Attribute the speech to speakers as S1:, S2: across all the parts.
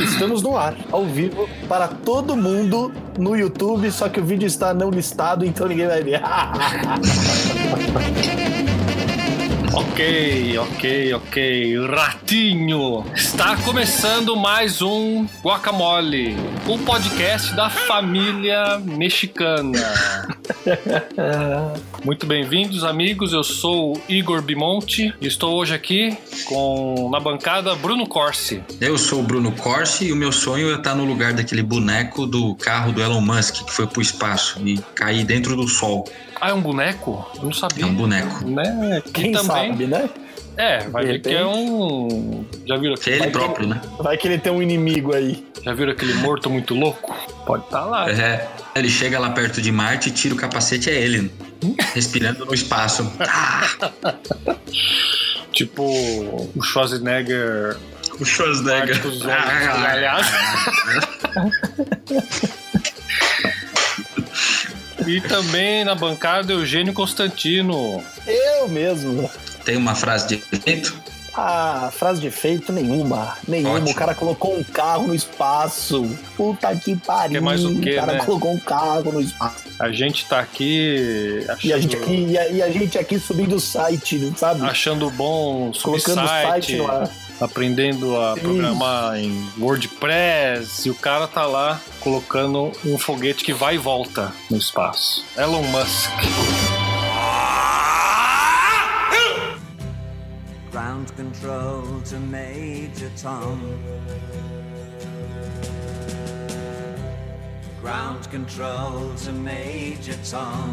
S1: Estamos no ar, ao vivo, para todo mundo no YouTube, só que o vídeo está não listado, então ninguém vai ver.
S2: Ok, ok, ok. Ratinho! Está começando mais um Guacamole, um podcast da família mexicana. Muito bem-vindos, amigos. Eu sou o Igor Bimonte e estou hoje aqui com na bancada Bruno Corsi.
S3: Eu sou o Bruno Corsi e o meu sonho é estar no lugar daquele boneco do carro do Elon Musk que foi pro espaço e cair dentro do sol.
S2: Ah, é um boneco? Eu não sabia.
S3: É um boneco.
S2: Né? Que
S1: Quem sabe, né?
S2: É, vai
S1: De
S2: ver que é um. Já viram
S3: Que
S2: aquele,
S3: é
S1: Vai
S3: ele
S1: ter-
S3: próprio, né?
S1: Vai que ele tem um inimigo aí.
S2: já viram aquele morto muito louco? Pode estar lá.
S3: É, ele chega lá perto de Marte, tira o capacete, é ele. Respirando no espaço. Ah,
S2: Tipo o Schwarzenegger
S3: o
S2: parte
S3: Schwarzenegger.
S2: com os olhos
S3: Ah,
S2: esbugalhados. E também na bancada Eugênio Constantino.
S1: Eu mesmo.
S3: tem uma frase de efeito?
S1: Ah, frase de efeito nenhuma. Nenhuma.
S3: Ótimo.
S1: O cara colocou um carro no espaço. Puta que pariu.
S2: Quer mais o quê,
S1: o cara
S2: né?
S1: colocou um carro no espaço.
S2: A gente tá aqui achando,
S1: E a gente aqui, e a, e a gente aqui subindo o site, sabe?
S2: achando bom subir
S1: Colocando o site
S2: site,
S1: no ar.
S2: aprendendo a programar em WordPress e o cara tá lá colocando um foguete que vai e volta no espaço. Elon Musk.
S4: Ground control to Major Tom. Ground control to Major Tom.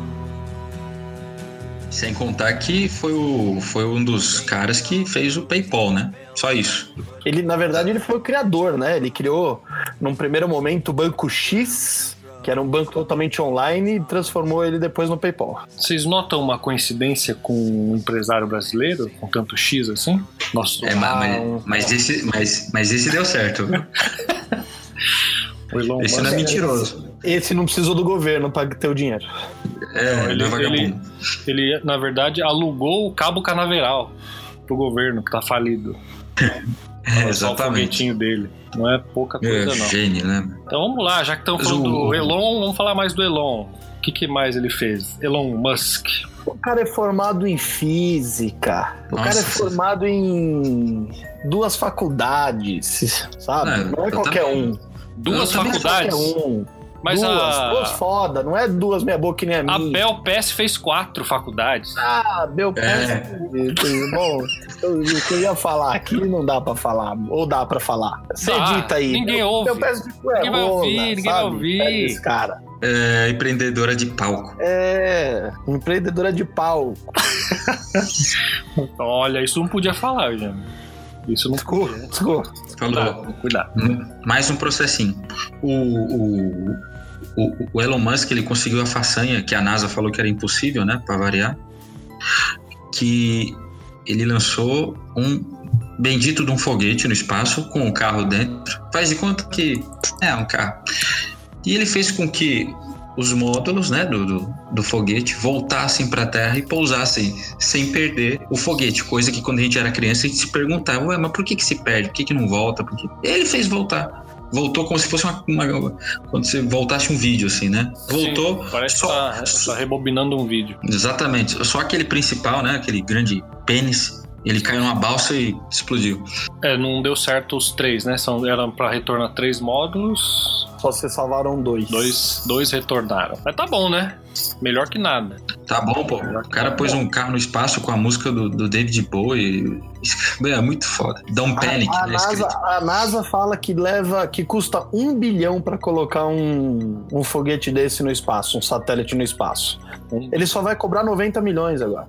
S3: Sem contar que foi, o, foi um dos caras que fez o PayPal, né? Só isso.
S1: Ele, na verdade, ele foi o criador, né? Ele criou, num primeiro momento, o Banco X, que era um banco totalmente online, e transformou ele depois no PayPal.
S2: Vocês notam uma coincidência com um empresário brasileiro, com tanto X assim? Nosso
S3: É, ma- mas, mas, esse, mas, mas esse deu certo. viu?
S2: o Elon
S3: Esse não é
S2: Musk.
S3: mentiroso.
S1: Esse não precisou do governo para ter o dinheiro.
S3: É,
S2: Ele-
S3: não é vagabundo.
S2: Ele, na verdade, alugou o Cabo Canaveral pro governo, que tá falido.
S3: É,
S2: Olha só O
S3: exatamente.
S2: foguetinho dele. Não é pouca
S3: É,
S2: coisa, não.
S3: gênio, né?
S2: Então vamos lá, já que estamos falando
S3: Mas o-
S2: do Elon, vamos falar mais do Elon. O que, que mais ele fez? Elon Musk.
S1: O cara é formado em física. O cara é
S3: Nossa.
S1: formado em duas faculdades, sabe?
S3: É,
S1: não é
S3: eu
S1: qualquer
S3: também-
S1: um.
S2: Duas
S3: também
S1: Não é
S2: faculdades.
S1: qualquer um.
S2: Mas
S1: duas,
S2: a,
S1: duas foda, não é duas meia boca que nem a
S2: a
S1: minha.
S2: Bel Pass fez quatro faculdades.
S1: Ah, meu pé.
S3: É.
S1: Bom, eu- o que eu ia falar aqui não dá pra falar. Ou dá pra falar. Você
S2: Dá,
S1: edita aí.
S2: Ah, ninguém
S1: Meu-
S2: ouve.
S1: Meu pé de cuerola,
S2: Ninguém vai ouvir, ninguém vai
S1: sabe?
S2: ouvir.
S1: Pega Esse cara.
S3: É, empreendedora de palco.
S1: É, empreendedora de pau.
S2: Olha, isso não podia falar, Eugênio. Isso não podia.
S1: Desculpa.
S3: Falou.
S2: Cuidado, cuidado.
S3: Mais um processinho. O, o, o, o Elon Musk ele conseguiu a façanha que a NASA falou que era impossível, né? Para variar. Que ele lançou um bendito de um foguete no espaço com um carro dentro. Faz de conta que é um carro. E ele fez com que os módulos né, do, do, do foguete voltassem para a Terra e pousassem sem perder o foguete. Coisa que quando a gente era criança a gente se perguntava, ué, mas por que, que se perde? Por que, que não volta? Por que-" Ele fez voltar. Voltou como se fosse uma, uma- Quando você voltasse um vídeo, assim, né? Voltou.
S2: Sim, parece
S3: só-
S2: que tá, tá rebobinando um vídeo.
S3: Exatamente. Só aquele principal, né? Aquele grande pênis. Ele caiu numa balsa e explodiu.
S2: É, não deu certo os três, né? São, eram pra retornar três módulos,
S1: Só vocês salvaram dois.
S2: dois, dois retornaram. Mas tá bom, né? Melhor que nada.
S3: Tá bom, pô. O cara pôs um carro no espaço com a música do, do David Bowie. Meu, É muito foda. Don't
S1: A,
S3: Panic,
S1: a
S3: né?
S1: NASA,
S3: escrito.
S1: a NASA fala que leva, que custa um bilhão pra colocar um, um foguete desse no espaço, um satélite no espaço.
S2: Um-
S1: Ele só vai cobrar 90 milhões agora.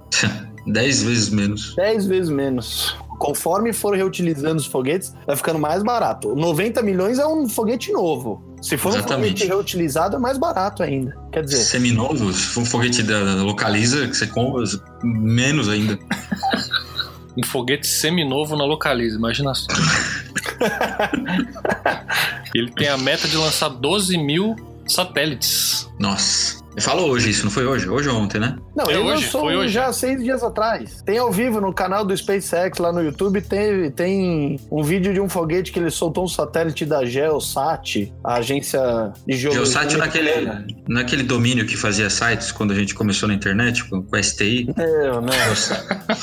S3: Dez vezes menos.
S1: 10 vezes menos. Conforme for reutilizando os foguetes, vai ficando mais barato. 90 milhões é um foguete novo. Se for um
S3: Exatamente.
S1: foguete reutilizado, é mais barato ainda. Quer dizer,
S3: Seminovos, um foguete da da Localiza que você compra, menos ainda.
S2: Um foguete seminovo na Localiza, imagina só. Ele tem a meta de lançar 12 mil satélites.
S3: Nossa. Ele falou hoje isso, não foi hoje? Hoje ou ontem, né?
S1: Não,
S2: É
S1: ele
S2: hoje,
S1: lançou
S2: foi
S1: um
S2: hoje.
S1: já seis dias atrás. Tem ao vivo no canal do SpaceX lá no YouTube, tem, tem um vídeo de um foguete que ele soltou um satélite da GeoSat, a agência de geologia.
S3: Geosite naquele,
S1: americana.
S3: naquele domínio que fazia sites quando a gente começou na internet, com, com a STI.
S1: É, né?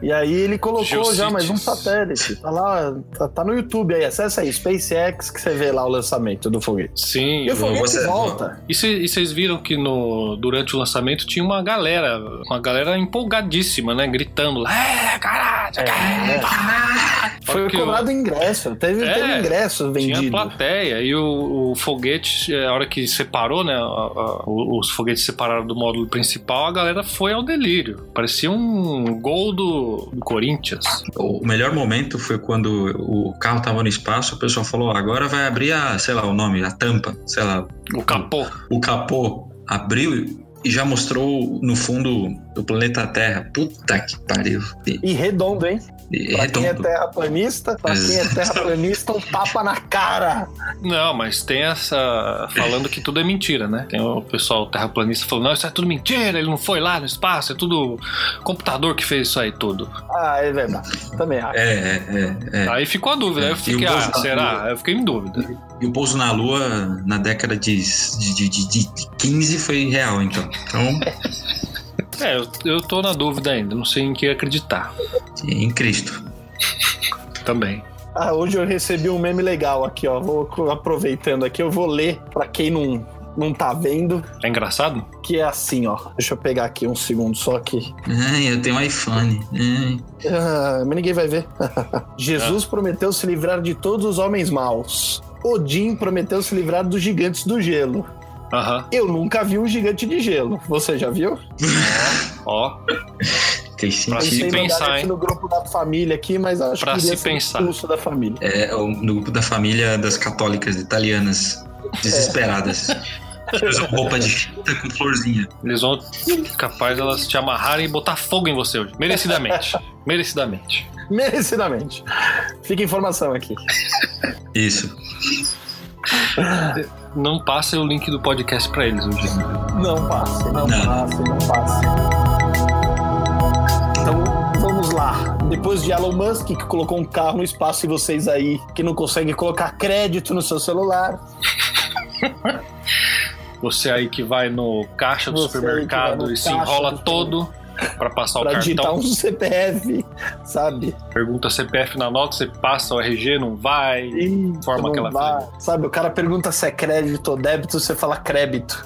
S1: E aí ele colocou
S2: Geocities.
S1: já mais um satélite. Tá lá, tá, tá no YouTube aí, acessa aí, SpaceX, que você vê lá o lançamento do foguete.
S2: Sim.
S1: E o foguete
S3: você-
S1: volta.
S2: E vocês viram que no, durante o lançamento tinha uma galera, uma galera empolgadíssima, né? Gritando lá, é, caralho,
S1: É,
S2: caralho,
S1: né?
S2: caralho."
S1: Foi
S2: Porque o-
S1: cobrado ingresso, teve,
S2: É,
S1: teve ingresso
S2: Tinha
S1: vendido.
S2: plateia e o, o foguete, eh, a hora que separou, né? a- a- o- os foguetes separaram do módulo principal, a galera foi ao delírio. Parecia um gol do, do Corinthians.
S3: O melhor momento foi quando o carro tava no espaço, o pessoal falou, "Ó, agora vai abrir a, sei lá, o nome, a tampa, sei lá,
S2: O capô.
S3: o capô abriu e já mostrou no fundo do planeta Terra. Puta que pariu. E-
S1: E redondo, hein?
S3: e-
S1: Pra quem é
S3: redondo.
S1: terraplanista, pra quem é terraplanista, um tapa na cara.
S2: Não, mas tem essa. falando que tudo é mentira, né? Tem o pessoal terraplanista falando, não, isso é tudo mentira, ele não foi lá no espaço, é tudo computador que fez isso aí tudo.
S1: Ah, é verdade. Também acho.
S3: É, é, é, é.
S2: Aí ficou a dúvida, aí eu
S3: E
S2: fiquei,
S3: o
S2: ah,
S3: Bolsonaro-
S2: será? Eu fiquei em dúvida.
S3: E o pouso na Lua na década de, de, de, de- de 15 foi real, então. Então,
S2: É, eu, eu tô na dúvida ainda, não sei em que acreditar
S3: em Cristo.
S2: também.
S1: Ah, hoje eu recebi um meme legal aqui, ó. Vou co- aproveitando aqui, eu vou ler pra quem não, não tá vendo,
S2: É engraçado?
S1: que é assim, ó. Deixa eu pegar aqui um segundo só que.
S3: Ai, eu tenho um iPhone. Ai.
S1: Ah, mas ninguém vai ver.
S2: Ah.
S1: Jesus prometeu se livrar de todos os homens maus. Odin prometeu se livrar dos gigantes do gelo.
S2: Aham,
S1: Eu nunca vi um gigante de gelo. Você já viu?
S2: ó.
S3: Tem
S2: Pra se
S1: Pensei em
S3: sentido.
S1: mandar
S2: pensar,
S1: aqui
S2: hein?
S1: no grupo da família aqui, mas acho
S2: Pra
S1: que iria
S2: se
S1: ser
S2: pensar.
S1: expulso da família.
S3: É, o- no grupo da família das católicas italianas. Desesperadas.
S2: É,
S3: Usam roupa de fita com florzinha.
S2: Eles vão. Capaz elas te amarrarem e botar fogo em você hoje. Merecidamente. Merecidamente.
S1: Merecidamente. Fica a informação aqui.
S3: Isso.
S2: Não passa o link do podcast pra eles hoje.
S1: Não passe, não,
S3: Não.
S1: passe, não passe. Então, vamos lá. Depois de Elon Musk, que colocou um carro no espaço e vocês aí que não conseguem colocar crédito no seu celular,
S2: Você aí que vai no caixa do
S1: Você aí que vai
S2: supermercado
S1: no
S2: e se
S1: caixa
S2: enrola
S1: do-
S2: todo pra passar o
S1: pra digitar
S2: cartão.
S1: um CPF, sabe?
S2: Pergunta CPF na nota, você passa o RG, não vai.
S1: E
S2: Forma
S1: não
S2: aquela
S1: dá, Sabe, o cara pergunta se é crédito ou débito, você fala crédito.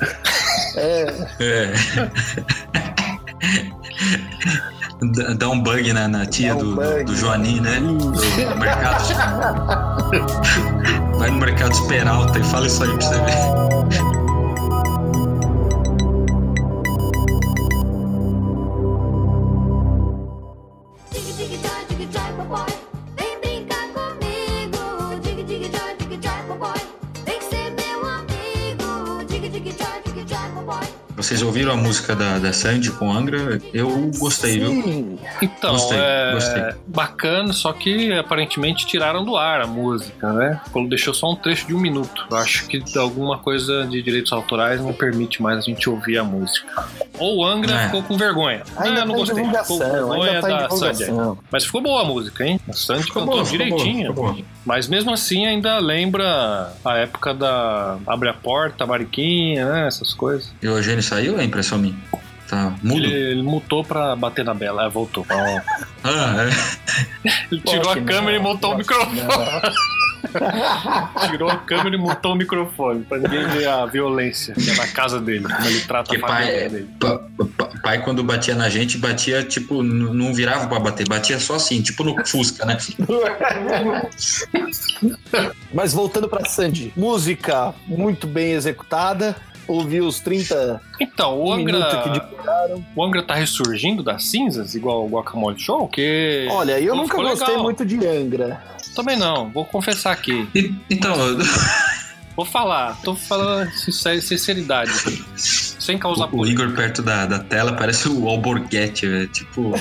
S1: É,
S3: É. Dá- Dá um bug na, na tia
S1: Dá um
S3: do,
S1: bug.
S3: do Joaninho, né?
S1: Isso.
S3: Do mercado. Vai no mercado Esperalta e fala isso aí pra você ver.
S5: Diga, diga, joy, diga, joy, papai. Vem brincar comigo. Diga, diga, joy, diga, joy, papai. Vem ser meu amigo. Diga, diga, joy, diga, joy, papai.
S3: Vocês ouviram a música da, da Sandy com Angra? Eu gostei, viu?
S1: sim.
S2: Então,
S3: Gostei,
S2: é
S3: gostei.
S2: bacana, só que aparentemente tiraram do ar a música, né? Quando deixou só um trecho de um minuto. Eu acho que alguma coisa de direitos autorais não permite mais a gente ouvir a música. Ou o Angra
S3: É.
S2: ficou com vergonha.
S1: Ainda
S2: ah, não
S1: tá em
S2: gostei. Ficou com
S1: divulgação,
S2: vergonha
S1: ainda tá em
S2: da Sandy.
S1: divulgação.
S2: Mas ficou boa a música, hein? A Sandy cantou
S3: boa, ficou boa,
S2: direitinho.
S3: ficou boa.
S2: Mas mesmo assim ainda lembra a época da Abre a Porta, Mariquinha, né? Essas coisas.
S3: E o Eugênio saiu ou é impressão minha? Tá mudo?
S2: Ele, ele mutou pra bater na Bela. Ah, voltou.
S3: Ah,
S2: Ele tirou a
S1: Lógico que
S2: câmera e
S1: não,
S2: montou o
S1: lógico que
S2: microfone. Tirou a câmera e montou o microfone pra ninguém ver a violência que é na casa dele, como ele trata
S3: Que
S2: a família
S3: pai-
S2: dele.
S3: é. Pa- pa- Pai, quando batia na gente, batia tipo, n- não virava pra bater, batia só assim, tipo no Fusca, né?
S1: Mas voltando pra Sandy, música muito bem executada. Ouvi os 30
S2: Então,
S3: Um
S2: o
S1: minutos
S2: Angra,
S1: que divulgaram.
S2: o Angra tá ressurgindo das cinzas, igual o Guacamole Show? Que
S1: Olha, eu
S2: Pô,
S1: nunca
S2: ficou
S1: gostei
S2: legal.
S1: muito de Angra.
S2: também não, vou confessar aqui.
S3: E- então,
S2: Vou falar, tô falando sincer- sinceridade. aqui, Sem causar
S3: o, o
S2: polêmica.
S3: Igor perto da, da tela parece o Alborguete, velho. Tipo.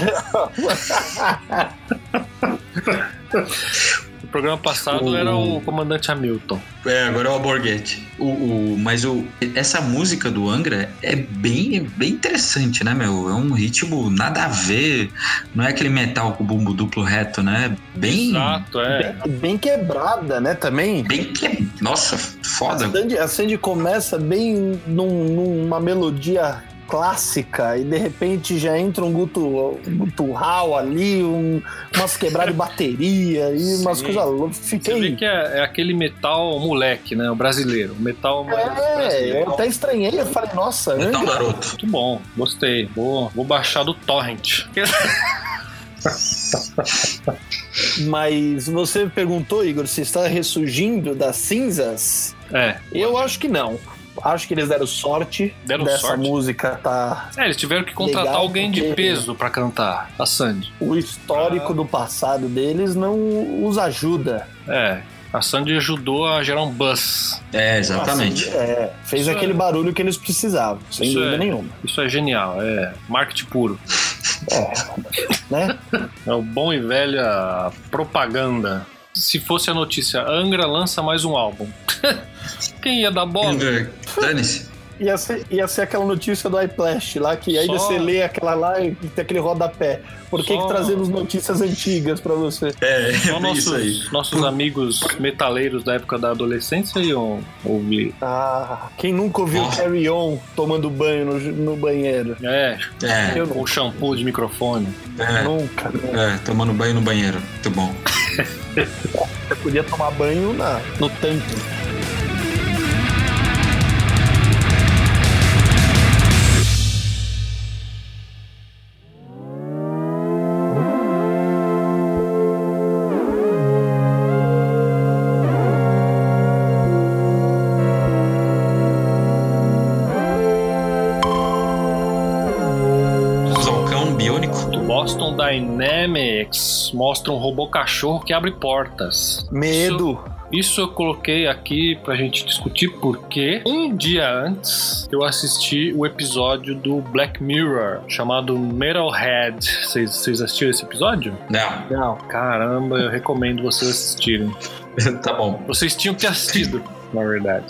S2: O programa passado
S3: O-
S2: era o comandante Hamilton.
S3: É, agora é o Alborguete. O, o- mas o, essa música do Angra é bem, é bem interessante, né, meu? É um ritmo nada a ver. Não é aquele metal com bumbo duplo reto, né? Bem.
S2: Exato, é.
S1: Bem quebrada, né, também.
S3: Bem que. Nossa, foda.
S1: Sandy- a Sandy começa bem num- numa melodia clássica e de repente já entra um gutu, guturral ali, um, umas quebradas de bateria e umas
S2: Sim.
S1: coisas loucas.
S2: Você vê
S1: Fiquei.
S2: que é, é aquele metal moleque, né? O brasileiro. O metal brasileiro. Então.
S1: É, eu até estranhei, eu falei, nossa,
S3: Metal
S1: Angra?
S3: um garoto.
S2: Muito bom, gostei. Vou, vou baixar do Torrent.
S1: mas você perguntou, Igor, se está ressurgindo das cinzas?
S2: É.
S1: Eu acho que não. Acho que eles deram sorte
S2: Deram
S1: dessa
S2: sorte?
S1: música tá
S2: É, eles tiveram que contratar
S1: Legal,
S2: alguém de
S1: porque-
S2: peso pra cantar, a Sandy.
S1: o histórico do passado deles não os ajuda.
S2: É, a Sandy ajudou a gerar um buzz.
S3: É, exatamente.
S1: Assim, é, fez
S2: Isso
S1: aquele
S2: é.
S1: barulho que eles precisavam, sem
S2: Isso
S1: dúvida
S2: é.
S1: nenhuma,
S2: Isso é genial, é marketing puro.
S1: né?
S2: É o bom e velha propaganda. Se fosse a notícia, Angra lança mais um álbum. Quem ia dar bola?
S3: Angra, dane-se.
S1: Ia ser, ia ser aquela notícia do iPlash lá, que aí
S2: Só-
S1: você lê aquela lá e tem aquele rodapé. Por que,
S2: Só-
S1: que trazemos notícias antigas pra você?
S3: É,
S2: Só
S3: é bem isso aí.
S2: nossos, nossos amigos metaleiros da época da adolescência iam ouvir.
S1: Ah, quem nunca ouviu
S3: Nossa.
S1: Carry On tomando banho no, no banheiro?
S2: É,
S3: É,
S1: Eu
S2: com o shampoo de microfone.
S3: é,
S1: nunca. né?
S3: é, tomando banho no banheiro. Muito bom.
S1: Eu podia tomar banho na, no tanque.
S3: Zalcão biônico.
S2: Do Boston Dynamics mostra um robô cachorro que abre portas.
S1: Medo.
S2: Isso eu coloquei aqui pra gente discutir porque um dia antes eu assisti o episódio do Black Mirror chamado Metalhead. Vocês vocês assistiram esse episódio?
S3: Não,
S1: Não.
S2: Caramba, eu recomendo vocês assistirem.
S3: tá bom.
S2: Vocês tinham que ter assistido, na verdade.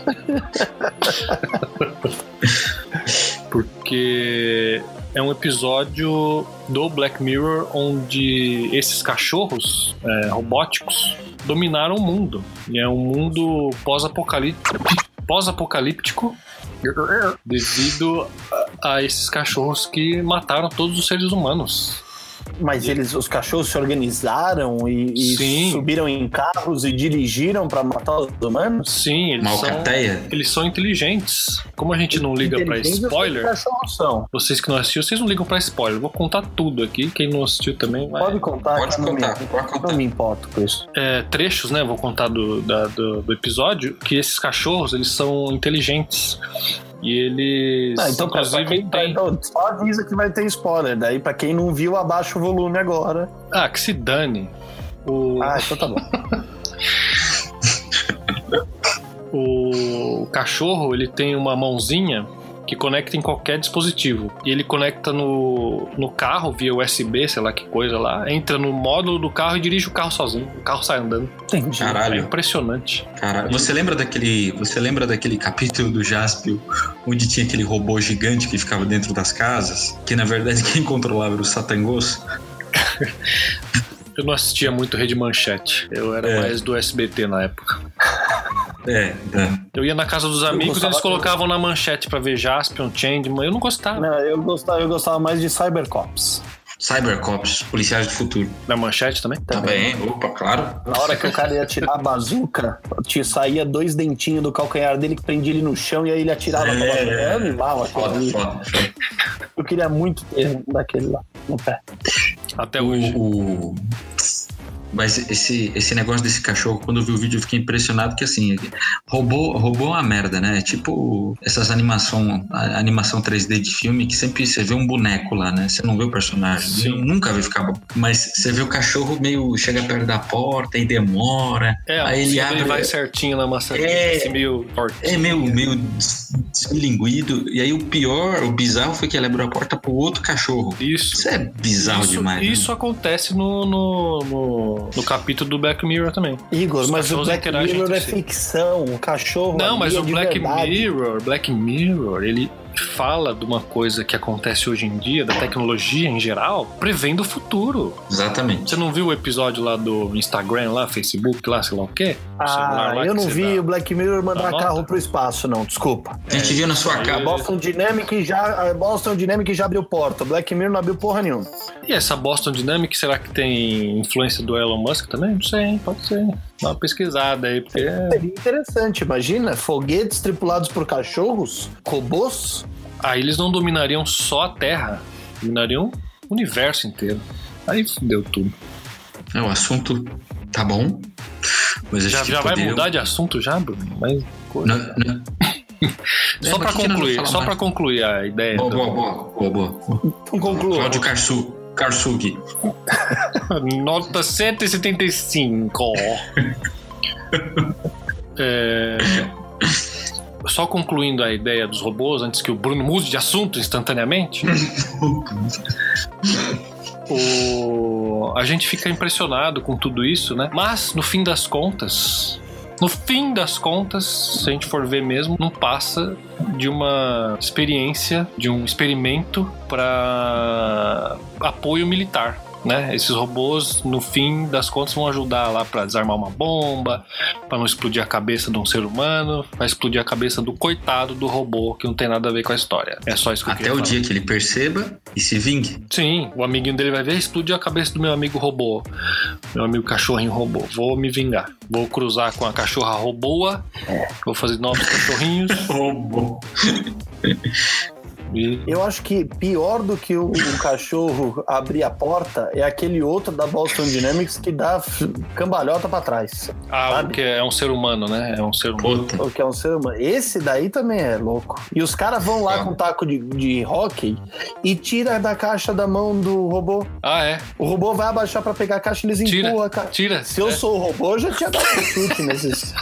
S2: Porque é um episódio do Black Mirror onde esses cachorros é, robóticos dominaram o mundo. E é um mundo pós-apocalíptico. Pós-apocalíptico devido a, a esses cachorros que mataram todos os seres humanos.
S1: Mas eles, os cachorros se organizaram e, e
S2: Sim.
S1: subiram em carros e dirigiram pra matar os humanos?
S2: Sim, eles são,
S3: Malcateia?
S2: eles são inteligentes. Como a gente não liga pra
S1: Inteligentes os
S2: spoiler,
S1: cachorros são.
S2: Vocês que não assistiram, vocês não ligam pra spoiler. Eu Vou contar tudo aqui. Quem não assistiu também é, vai.
S1: Pode contar,
S3: Pode
S1: que eu não me-
S3: contar, pode contar.
S1: Não me importo com isso.
S2: É, trechos, né? Vou contar do, da- do, do episódio. Que esses cachorros, eles são inteligentes. E eles.
S1: Ah, então, pra- pra
S2: inclusive,
S1: quem, pra-
S2: têm-
S1: então, só avisa que vai ter spoiler. Daí, pra quem não viu, abaixa o volume agora.
S2: Ah, que se dane. O,
S1: então- Ah, então tá bom.
S2: o cachorro, ele tem uma mãozinha que conecta em qualquer dispositivo. E ele conecta no, no carro via USB, sei lá que coisa lá. Entra no módulo do carro e dirige o carro sozinho. O carro sai andando.
S1: Entendi.
S2: É
S3: Caralho.
S2: impressionante.
S3: Cara, você lembra daquele, você lembra daquele capítulo do Jaspio onde tinha aquele robô gigante que ficava dentro das casas, que na verdade quem controlava era o Satangos?
S2: Eu não assistia muito Rede Manchete. Eu era
S3: É.
S2: mais do SBT na época.
S3: É, é.
S2: Eu ia na casa dos amigos e
S1: gostava
S2: eles
S1: de-
S2: colocavam na manchete pra ver Jaspion, Changeman. Eu não gostava
S3: Né?
S1: Não, eu gostava, eu gostava mais de Cybercops.
S3: Cybercops, policiais do futuro.
S2: na manchete também.
S3: Também, opa, claro.
S1: Na hora que o cara ia tirar a bazuca, te saía dois dentinhos do calcanhar dele que prendia ele no chão e aí ele atirava.
S3: É,
S1: pela-
S3: é.
S1: Eu animava aquilo
S3: Foda,
S1: ali.
S3: foda. foda.
S1: Eu queria muito ter um daquele lá no pé.
S2: Até É hoje.
S3: O, o- Mas esse, esse negócio desse cachorro, quando eu vi o vídeo, eu fiquei impressionado que assim, robô, robô é uma merda, né? É Tipo essas animação, a- animação 3D de filme que sempre você vê um boneco lá, né? Você não vê o personagem,
S2: Sim.
S3: nunca vê ficar bom. Mas você vê o cachorro meio chega perto da porta e demora.
S2: É,
S3: aí ele
S2: ele
S3: abre-
S2: vai certinho na maçaneta,
S3: É.
S2: assim, meio tortinho.
S3: É meio, meio des- desmilinguido. E aí o pior, o bizarro foi que ele abriu a porta pro outro cachorro.
S2: Isso.
S3: Isso é bizarro
S2: isso,
S3: demais. né?
S2: isso acontece no, no, no
S1: no.
S2: No capítulo do Black Mirror também.
S1: Igor,
S2: Os
S1: mas o
S2: cachorros
S1: Black
S2: interagem
S1: Mirror
S2: entre
S1: é
S2: si.
S1: ficção. O cachorro.
S2: Não,
S1: ali
S2: mas
S1: é
S2: o
S1: de
S2: Black
S1: verdade.
S2: Mirror, Black Mirror, ele fala de uma coisa que acontece hoje em dia, da tecnologia em geral, prevendo o futuro.
S3: Exatamente.
S2: Você não viu o episódio lá do Instagram, lá, Facebook, lá, sei lá o quê? O celular
S1: Ah,
S2: lá
S1: eu
S2: que
S1: não
S2: você
S1: vi
S2: dá-
S1: o Black Mirror mandar
S2: nota?
S1: carro pro espaço, não. Desculpa.
S3: A
S2: é,
S3: gente viu na sua
S1: A
S3: cara.
S1: Boston Dynamic já, a Boston Dynamic já abriu porta. O Black Mirror não abriu porra nenhuma.
S2: E essa Boston Dynamics, será que tem influência do Elon Musk também? Não sei, hein? pode ser. Dá uma pesquisada aí, porque é-
S1: Seria interessante, imagina. Foguetes tripulados por cachorros, robôs.
S2: aí eles não dominariam só a Terra, dominariam o universo inteiro. Aí fudeu tudo.
S3: É, o assunto tá bom. Mas acho
S2: Já,
S3: que
S2: já vai
S3: poder-
S2: mudar de assunto já, Bruno? Mas coisa.
S3: Não, não.
S2: Só pra
S3: É, mas o que nós vamos
S2: concluir,
S3: falar
S2: só
S3: mais?
S2: pra concluir a ideia.
S3: Boa,
S2: do-
S3: boa, boa, boa, boa.
S1: Então conclua.
S3: Cláudio Karsu, Karsug.
S2: Nota 175. É, Só concluindo a ideia dos robôs, antes que o Bruno mude de assunto instantaneamente, o- a gente fica impressionado com tudo isso, né? Mas, no fim das contas, no fim das contas, se a gente for ver mesmo, não passa de uma experiência, de um experimento para apoio militar. Né? Esses robôs, no fim das contas, vão ajudar lá para desarmar uma bomba, para não explodir a cabeça de um ser humano, vai explodir a cabeça do coitado do robô que não tem nada a ver com a história. É só isso que eu
S3: Até
S2: queria
S3: o
S2: falar.
S3: dia que ele perceba e se vingue.
S2: Sim, o amiguinho dele vai ver, explodiu a cabeça do meu amigo robô. Meu amigo cachorrinho robô. Vou me vingar. Vou cruzar com a cachorra roboa. Vou fazer novos cachorrinhos.
S3: Robô.
S2: e
S1: Eu acho que pior do que o, o cachorro abrir a porta é aquele outro da Boston Dynamics que dá f- cambalhota pra trás.
S2: ah,
S1: Sabe?
S2: o que é um ser humano, né? É um ser humano.
S3: Puta.
S1: O que é um ser humano. Esse daí também é louco. E os caras vão lá
S3: É.
S1: com taco de, de hockey e tira da caixa da mão do robô.
S2: Ah, é.
S1: O robô vai abaixar pra pegar a caixa e eles
S2: Tira.
S1: empurram a caixa.
S2: Tira.
S1: Se eu
S2: É.
S1: sou o robô, eu já tinha dado um chute nesses.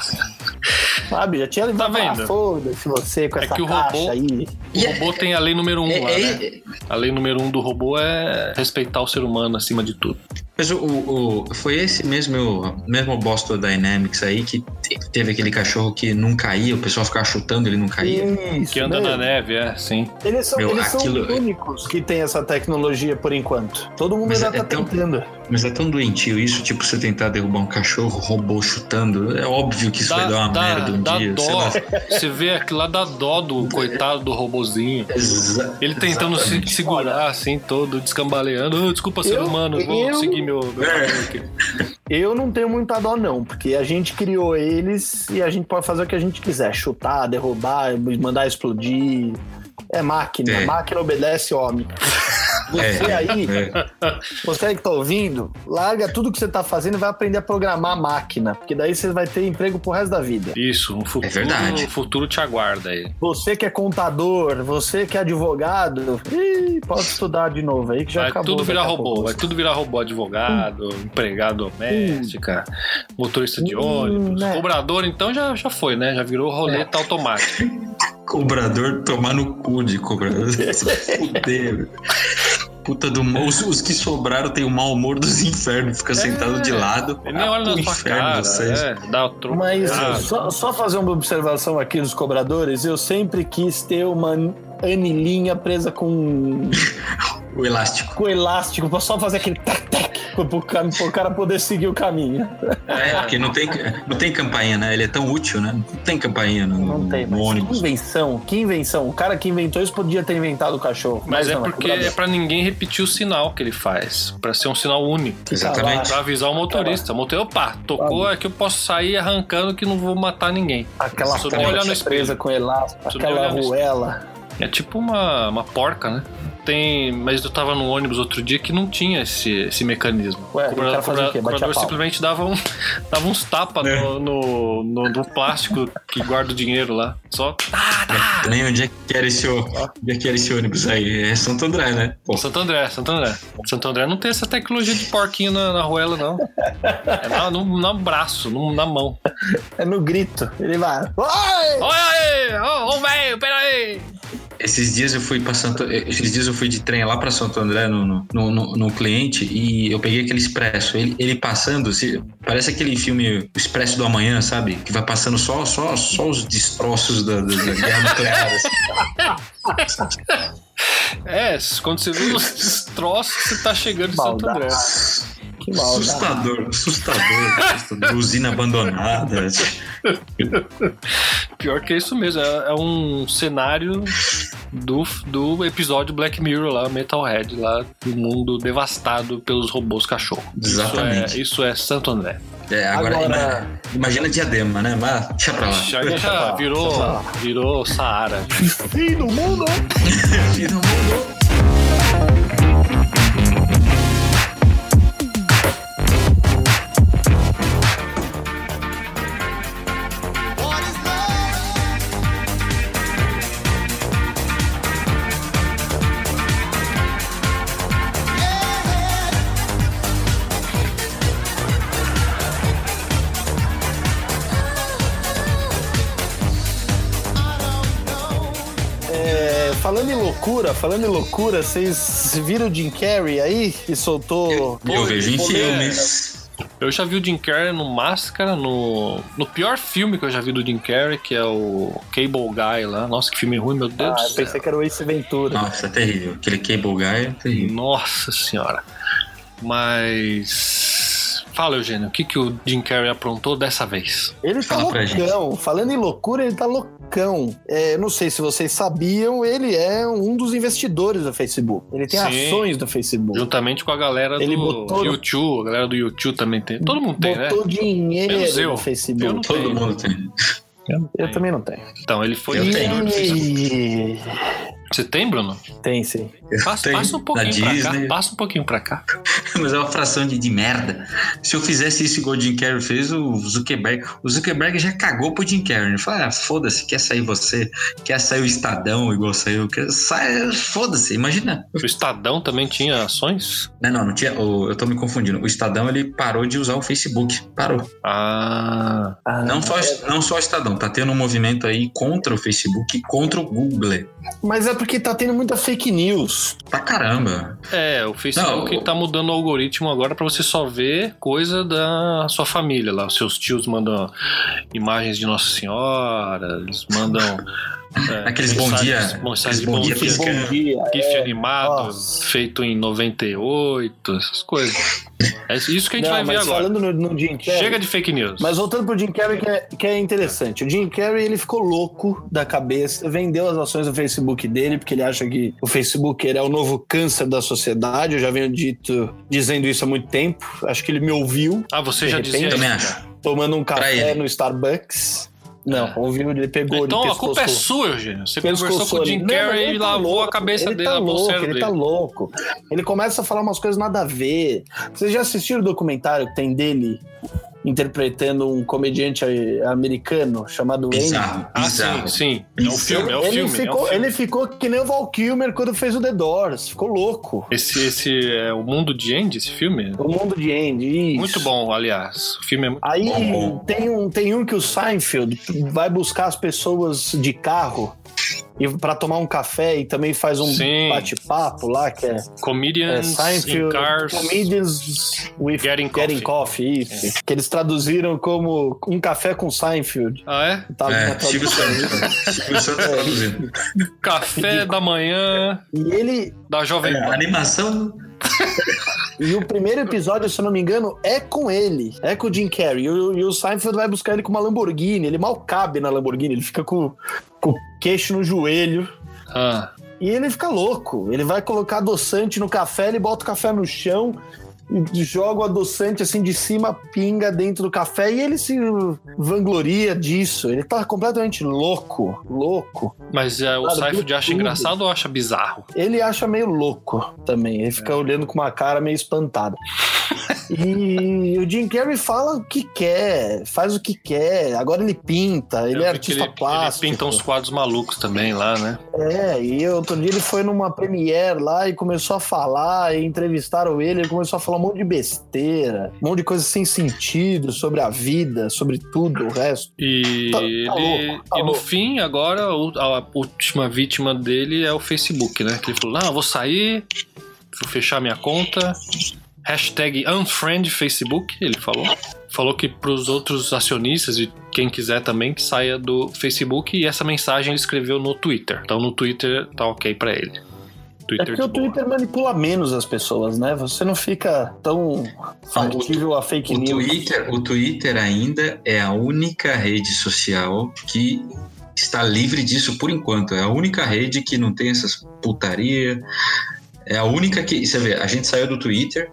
S1: Sabe, já tinha levado
S2: Tá vendo?
S1: ah, foda-se você com
S2: É
S1: essa
S2: que o
S1: caixa
S2: robô-
S1: aí.
S2: O robô tem a lei número um
S3: É,
S2: lá, né?
S3: é-
S2: A lei número um do robô é respeitar o ser humano acima de tudo.
S3: Mas o, o- o- foi esse mesmo, mesmo Boston Dynamics aí que te- teve aquele cachorro que não caía, o pessoal ficava chutando, ele não caía.
S1: Isso,
S2: Que anda
S1: mesmo.
S2: na neve, é, sim.
S1: Eles são,
S3: é Meu,
S1: eles são
S3: aquilo-
S1: os únicos que tem essa tecnologia por enquanto. Todo mundo
S3: Mas
S1: já
S3: é
S1: tá
S3: tão-
S1: tentando.
S3: Mas é tão doentio isso, tipo, você tentar derrubar um cachorro, robô chutando. É óbvio que isso vai dar uma merda um
S2: dá
S3: dia. sei
S2: dó.
S3: lá.
S2: Você vê aquilo lá, dá dó do coitado do robozinho.
S3: Exa-
S2: Ele tá tentando se
S3: exatamente.
S2: segurar, assim, todo, descambaleando. Ah, desculpa, ser
S1: Eu-
S2: humano, vou
S1: eu-
S2: seguir meu, meu
S3: É.
S2: caminho aqui.
S1: Eu não tenho muita dó, não, porque a gente criou eles e a gente pode fazer o que a gente quiser: chutar, derrubar, mandar explodir. É máquina,
S3: É.
S1: máquina obedece homem. Você
S3: É,
S1: aí,
S3: é.
S1: Você aí que tá ouvindo, larga tudo que você tá fazendo e vai aprender a programar a máquina, porque daí você vai ter emprego pro resto da vida.
S2: Isso, um futuro,
S3: É verdade.
S2: o futuro te aguarda aí.
S1: Você que é contador, você que é advogado, ih, pode estudar de novo aí que já
S2: Vai
S1: acabou.
S2: tudo virar
S1: daqui a
S2: robô,
S1: pouco.
S2: vai tudo virar robô, advogado, empregado doméstica, motorista de
S1: Hum,
S2: ônibus,
S1: né? É.
S2: cobrador, então já, já foi, né? Já virou roleta automática.
S3: Cobrador tomar no cu de cobrador. Fuder. Puta do mal. Os, os que sobraram tem o mau humor dos infernos, fica sentado de lado.
S2: É. Ele nem olha
S3: Ah,
S2: na
S3: pro
S2: sua
S3: inferno
S2: cara,
S3: vocês.
S2: é, dá o troco.
S1: Mas
S2: Ah,
S1: só, só fazer uma observação aqui dos cobradores, eu sempre quis ter uma anilinha presa com,
S3: O elástico.
S1: com elástico, pra só fazer aquele tac-tac, pro, ca- pro cara poder seguir o caminho.
S3: É, porque não tem, não tem campainha, né? Ele é tão útil, né? Não tem campainha no,
S1: Não tem,
S3: no
S1: mas que
S3: ônibus.
S1: invenção, que invenção. O cara que inventou isso podia ter inventado o cachorro.
S2: Mas é
S1: não,
S2: porque
S1: cobrador.
S2: é pra ninguém repetir o sinal que ele faz. Pra ser um sinal único.
S3: Exatamente.
S2: Pra avisar o motorista.
S1: Tá
S2: O motorista, opa, tocou é que eu posso sair arrancando que não vou matar ninguém.
S1: Aquela
S2: Só nem olhar é no
S1: ponte
S2: espelho.
S1: presa com elástico,
S2: Só nem
S1: aquela
S2: olhar no espelho.
S1: arruela.
S2: É tipo uma, uma porca, né? Tem, mas eu tava num ônibus outro dia que não tinha esse, esse mecanismo.
S1: Ué, o cara fazia o quê? Batia
S2: o cobrador
S1: pau.
S2: simplesmente dava, um, dava uns tapas
S3: É.
S2: no, no, no- no plástico que guarda o dinheiro lá. Só
S3: Nem onde é que era esse, ô- onde é que era esse ônibus aí? É Santo André, né? Pô,
S2: Santo André, Santo André. Santo André não tem essa tecnologia de porquinho na, na arruela, não. É na, no, no braço, no- na mão.
S1: É no grito. Ele vai. Oi!
S2: Olha aí! Ô, ô velho, pera aí!
S3: Esses dias eu fui pra Santo, esses dias eu fui de trem lá pra Santo André no, no, no- no- no cliente e eu peguei aquele expresso. Ele, ele passando, se- parece aquele filme O Expresso do Amanhã, sabe? Que vai passando só, só, só os destroços da, da- da guerra nuclear. assim.
S2: É, quando você vê os destroços, você tá chegando em Santo
S1: Maldade.
S2: André.
S1: Que maldade.
S3: Assustador, assustador, assustador. Usina abandonada. assim.
S2: Pior que é isso mesmo, é, é um cenário do, do episódio Black Mirror lá, Metalhead, lá, do mundo devastado pelos robôs cachorro.
S3: Exatamente.
S2: Isso é, isso é Santo André.
S3: É, agora,
S1: Agora-
S3: ima- imagina diadema, né? Mas deixa pra lá.
S2: Já, já
S1: falar,
S2: virou,
S1: deixa eu falar.
S2: virou Saara.
S1: Fim do mundo! É, falando em loucura, falando em loucura, vocês viram o Jim Carrey aí? Que soltou.
S3: Eu vejo em
S2: Polêmica.
S3: filmes.
S2: Eu já vi o Jim Carrey no Máscara, no, no pior filme que eu já vi do Jim Carrey, que é o Cable Guy lá. Nossa, que filme ruim, meu Deus
S1: Ah,
S2: do
S1: eu
S2: céu.
S1: pensei que era o Ace Ventura.
S3: Nossa, é terrível. Aquele cable guy é terrível.
S2: Nossa senhora. Mas. Fala, Eugênio, o que, que o Jim Carrey aprontou dessa vez?
S1: Ele tá
S3: Fala pra
S1: loucão. Falando em loucura, ele tá loucão. É, eu não sei se vocês sabiam, ele é um dos investidores do Facebook. Ele tem
S2: Sim.
S1: ações do Facebook.
S2: Juntamente com a galera
S1: Ele
S2: do
S1: botou no-
S2: YouTube, a galera do YouTube também tem. Todo mundo tem, né?
S1: Botou
S2: Menos
S1: dinheiro
S2: eu.
S1: no Facebook.
S2: Eu não
S3: Todo
S2: Tem.
S3: mundo tem.
S1: Eu também não tenho.
S2: Então, ele foi.
S3: Eu tenho.
S1: E...
S2: Você tem, Bruno?
S1: Tem sim.
S3: Eu
S2: Passa,
S3: tenho
S2: passa um
S3: na
S2: pouquinho pra cá.
S3: Disney.
S2: Passa um pouquinho pra cá.
S3: Mas é uma fração de, de merda. Se eu fizesse isso igual o Jim Carrey fez, o Zuckerberg. O Zuckerberg já cagou pro Jim Carrey. Ele falou: ah, foda-se, quer sair você, quer sair o Estadão igual saiu. Quer, sai, foda-se, imagina.
S2: O Estadão também tinha ações?
S3: Não, não, não tinha. o- eu tô me confundindo. O Estadão ele parou de usar o Facebook. Parou.
S2: Ah.
S1: Ah,
S3: Não só, não só o Estadão, tá tendo um movimento aí contra o Facebook e contra o Google.
S1: Mas é porque tá tendo muita fake news.
S3: Pra caramba.
S2: É, o Facebook
S3: Não,
S2: tá mudando o algoritmo agora pra você só ver coisa da sua família lá. Os seus tios mandam imagens de Nossa Senhora, eles mandam. é,
S3: Aqueles bom
S2: mensagens-
S3: dia,
S2: mensagens de
S3: aqueles bom
S2: bom dia.
S3: dia que eles
S2: GIF
S1: Bom dia.
S2: animado,
S1: É, nossa.
S2: feito em 98, essas coisas. É isso que a gente
S1: Não,
S2: vai ver
S1: mas
S2: agora.
S1: falando no, no Jim Carrey,
S2: Chega de fake news.
S1: Mas voltando pro Jim Carrey, que é, que é interessante. O Jim Carrey, ele ficou louco da cabeça, vendeu as ações do Facebook dele, porque ele acha que o Facebook ele é o novo câncer da sociedade. Eu já venho dito, dizendo isso há muito tempo. Acho que ele me ouviu
S2: ah, você
S1: de
S2: já
S1: repente,
S2: dizia
S3: também
S2: isso.
S3: acho.
S2: cara.
S1: tomando um café
S3: ele.
S1: no Starbucks. Não,
S2: É.
S1: ouviu, ele pegou,
S2: Então
S1: ele
S2: a culpa é
S1: pescoçou.
S2: sua, Eugênio. Você conversou com
S1: Pescoçou
S2: o
S1: ali.
S2: Jim
S1: Não, mas
S2: Carrey
S1: ele
S2: e
S1: tá
S2: lavou
S1: louco,
S2: a cabeça
S1: ele
S2: dele,
S1: tá
S2: lavou o
S1: louco,
S2: cérebro
S1: Ele
S2: dele.
S1: tá louco. Ele começa a falar umas coisas nada a ver. Vocês já assistiram o documentário que tem dele interpretando um comediante eh, americano chamado Andy?
S3: Bizarro,
S2: Ah,
S3: bizarro.
S2: sim, sim. É um
S3: Bizarro.
S2: filme, é um
S1: ele,
S2: filme. é um
S1: ficou,
S2: filme.
S1: ele ficou que nem o Val Kilmer quando fez o The Doors. Ficou louco.
S2: Esse, esse é O Mundo de Andy, esse filme?
S1: O mundo de Andy. isso.
S2: Muito bom, aliás. O filme é muito.
S1: Aí
S3: Bom, bom.
S1: Tem, um, tem um que o Seinfeld vai buscar as pessoas de carro e para tomar um café e também faz um
S2: Sim.
S1: bate-papo lá que é É,
S2: Comedians in
S1: Seinfeld,
S2: Cars.
S1: Comedians with
S2: Getting
S1: Getting, Coffee,
S2: Coffee. É.
S1: isso. Que eles traduziram como Um Café com Seinfeld.
S2: Ah, é?
S1: Tá
S3: É,
S1: na tradução.
S3: Silvio Santos. Silvio Santos tá traduzindo.
S2: Café da manhã
S1: E ele.
S2: da Jovem
S3: É,
S2: Pan.
S3: animação.
S1: E o primeiro episódio, se eu não me engano, é com ele. É com o Jim Carrey. E o, e o Seinfeld vai buscar ele com uma Lamborghini. Ele mal cabe na Lamborghini, ele fica com, com o queixo no joelho.
S2: Ah,
S1: E ele fica louco. Ele vai colocar adoçante no café, ele bota o café no chão, e joga o adoçante assim de cima, pinga dentro do café e ele se vangloria disso. Ele tá completamente louco, louco.
S2: mas é, o
S1: Cara,
S2: Seinfeld
S1: tudo.
S2: acha engraçado ou acha bizarro?
S1: Ele acha meio louco também. Ele
S2: É.
S1: fica olhando com uma cara meio espantada. e o Jim Carrey fala o que quer, faz o que quer. Agora ele pinta, ele
S2: Eu
S1: é
S2: vi que
S1: artista
S2: ele,
S1: plástico.
S2: Ele pinta uns quadros malucos também lá, né?
S1: É, e outro dia ele foi numa premiere lá e começou a falar, e entrevistaram ele, ele começou a falar um monte de besteira, um monte de coisa sem sentido sobre a vida, sobre tudo o resto.
S2: E,
S1: Tá- tá
S2: ele-
S1: louco, tá
S2: e no
S1: louco.
S2: fim, agora, o- a última vítima dele é o Facebook, né? Que ele falou: não, eu vou sair, vou fechar minha conta. Hashtag unfriend Facebook, ele falou. Falou que para os outros acionistas e quem quiser também que saia do Facebook. E essa mensagem ele escreveu no Twitter. Então no Twitter tá ok pra ele.
S1: É
S2: Twitter
S1: porque o
S2: de boa.
S1: Twitter manipula menos as pessoas, né? Você não fica tão factível a fake
S3: O
S1: news.
S3: Twitter, o Twitter ainda é a única rede social que está livre disso por enquanto. É a única rede que não tem essas putaria. É a única que. Você vê, a gente saiu do Twitter,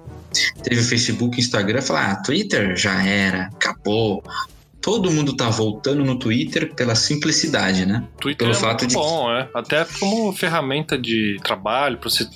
S3: teve o Facebook, Instagram, falar, ah, Twitter já era, acabou. Todo mundo tá voltando no Twitter pela simplicidade, né?
S2: Twitter
S3: Pelo
S2: é
S3: fato
S2: muito
S3: de-
S2: bom, é. Até como ferramenta de trabalho, pra você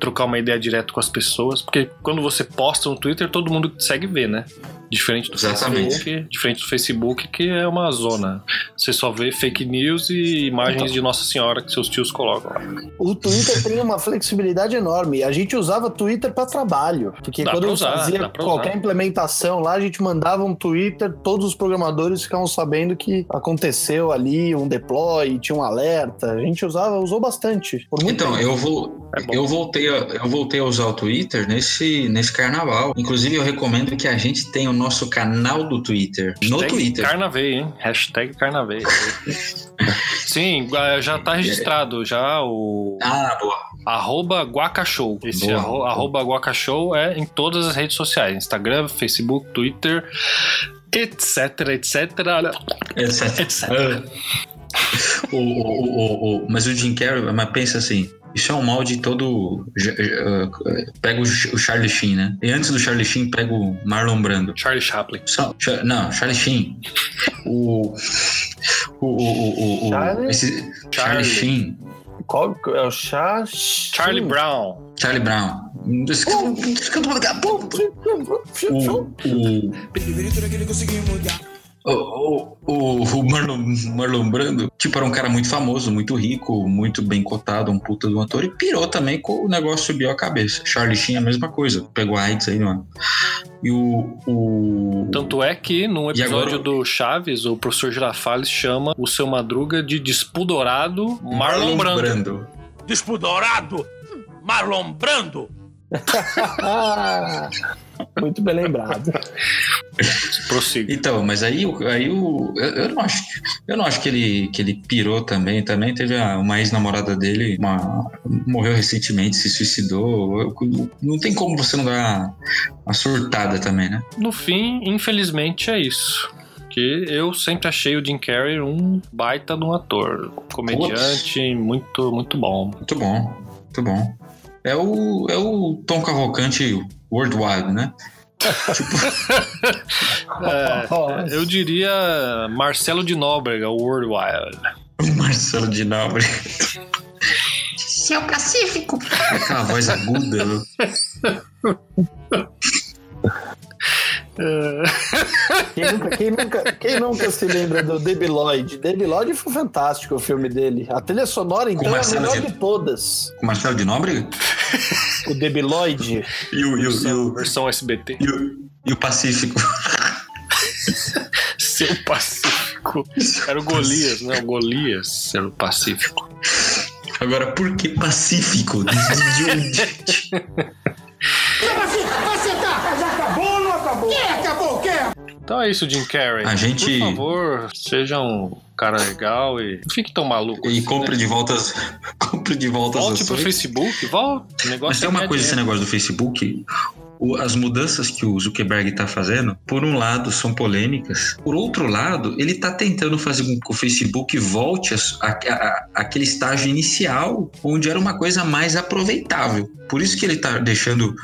S2: trocar uma ideia direto com as pessoas. Porque quando você posta no Twitter, todo mundo que te segue vê, né? Diferente do
S3: Exatamente.
S2: Facebook. Diferente do Facebook, que é uma zona. Você só vê fake news e imagens
S3: Então.
S2: de Nossa Senhora que seus tios colocam lá.
S1: O Twitter tem uma flexibilidade enorme. A gente usava Twitter para trabalho, porque
S2: Dá
S1: quando
S2: pra
S1: eu
S2: usar, dá
S1: fazia
S2: pra
S1: qualquer
S2: usar.
S1: implementação lá, a gente mandava um Twitter, todos os programadores ficavam sabendo que aconteceu ali um deploy, tinha um alerta. A gente usava, usou bastante. Por muito
S3: Então,
S1: tempo.
S3: eu vou.
S2: É bom.
S3: Eu voltei, a, eu voltei a usar o Twitter nesse, nesse carnaval. Inclusive, eu recomendo que a gente tenha o nosso canal do Twitter. No
S2: Hashtag
S3: Twitter.
S2: Carnavei, hein? Hashtag Carnavei. Sim, ah, já tá registrado já o
S3: Ah, boa.
S2: Arroba Guacashow. Esse
S3: Boa.
S2: arro- arroba Guacashow é em todas as redes sociais: Instagram, Facebook, Twitter, etc, etc.
S3: Etc. É o, o- o- o- mas o Jim Carrey, mas pensa assim, isso é um mal de todo. j- j- eh, Pega o Ch- o Charlie Sheen, né? E antes do Charlie Sheen, pega o Marlon Brando.
S2: Charlie Chaplin.
S3: Só- Cha- não, Charlie Sheen. O. O. o- o- o- o-
S1: Charlie?
S3: esse- Charlie Sheen.
S1: Qual é o chá?
S2: Charlie Brown.
S3: Charlie Brown. Esse cara- esse cara- O,
S1: Brown.
S3: o, o, o, o Marlon, Marlon Brando, tipo, era um cara muito famoso, muito rico, muito bem cotado, um puta de um ator, e pirou também com o negócio subiu a cabeça. Charlie Sheen é a mesma coisa, pegou a AIDS aí, não é? E o. o
S2: Tanto é que num
S3: E agora-
S2: episódio do Chaves, o professor Girafales chama o seu Madruga de despudorado Marlon Brando.
S6: Despudorado, marlombrando.
S1: Ah, muito bem lembrado.
S2: Prossiga.
S3: Então, mas aí, o- aí o, eu, eu não acho, que- eu não acho que ele, que ele pirou também. Também teve a- uma ex-namorada dele, uma- morreu recentemente, se suicidou. Eu- eu- não tem como você não dar uma surtada também, né?
S2: No fim, infelizmente, é isso. Que eu sempre achei o Jim Carrey um baita de um ator. Comediante, muito, muito bom.
S3: Muito bom, muito bom. É o, é o Tom Cavalcante worldwide, né?
S2: É, Eu diria Marcelo de Nóbrega, o né? Worldwide.
S3: O Marcelo de Nobre.
S5: Seu Pacífico.
S3: Aquela voz aguda. né? viu?
S1: Quem nunca, quem, nunca, quem nunca se lembra do Debi Lloyd? Debi Lloyd foi fantástico o filme dele. A trilha sonora, então, é a
S3: Marcelo
S1: melhor
S3: Zito.
S1: de todas.
S3: O Marcelo de Nobre?
S1: O Debi Lloyd.
S3: E o, e o, e
S2: Versão,
S3: o,
S2: versão SBT.
S3: e o, e o Pacífico.
S2: Seu Pacífico. Era o Golias, né? O Golias era o Pacífico.
S3: Agora, por que Pacífico? De, de, de onde?
S2: Então é isso, Jim Carrey.
S3: A gente-
S2: Por favor, seja um cara legal e não fique tão maluco.
S3: E
S2: assim,
S3: compre
S2: né?
S3: de voltas. Compre de voltas
S2: Volte pro
S3: ações.
S2: Facebook, volte. O negócio
S3: Mas tem
S2: é
S3: uma
S2: ganhar
S3: coisa esse
S2: dinheiro.
S3: negócio do Facebook. o- As mudanças que o Zuckerberg está fazendo, por um lado, são polêmicas. Por outro lado, ele está tentando fazer com que o Facebook volte àquele estágio inicial, onde era uma coisa mais aproveitável. Por isso que ele está deixando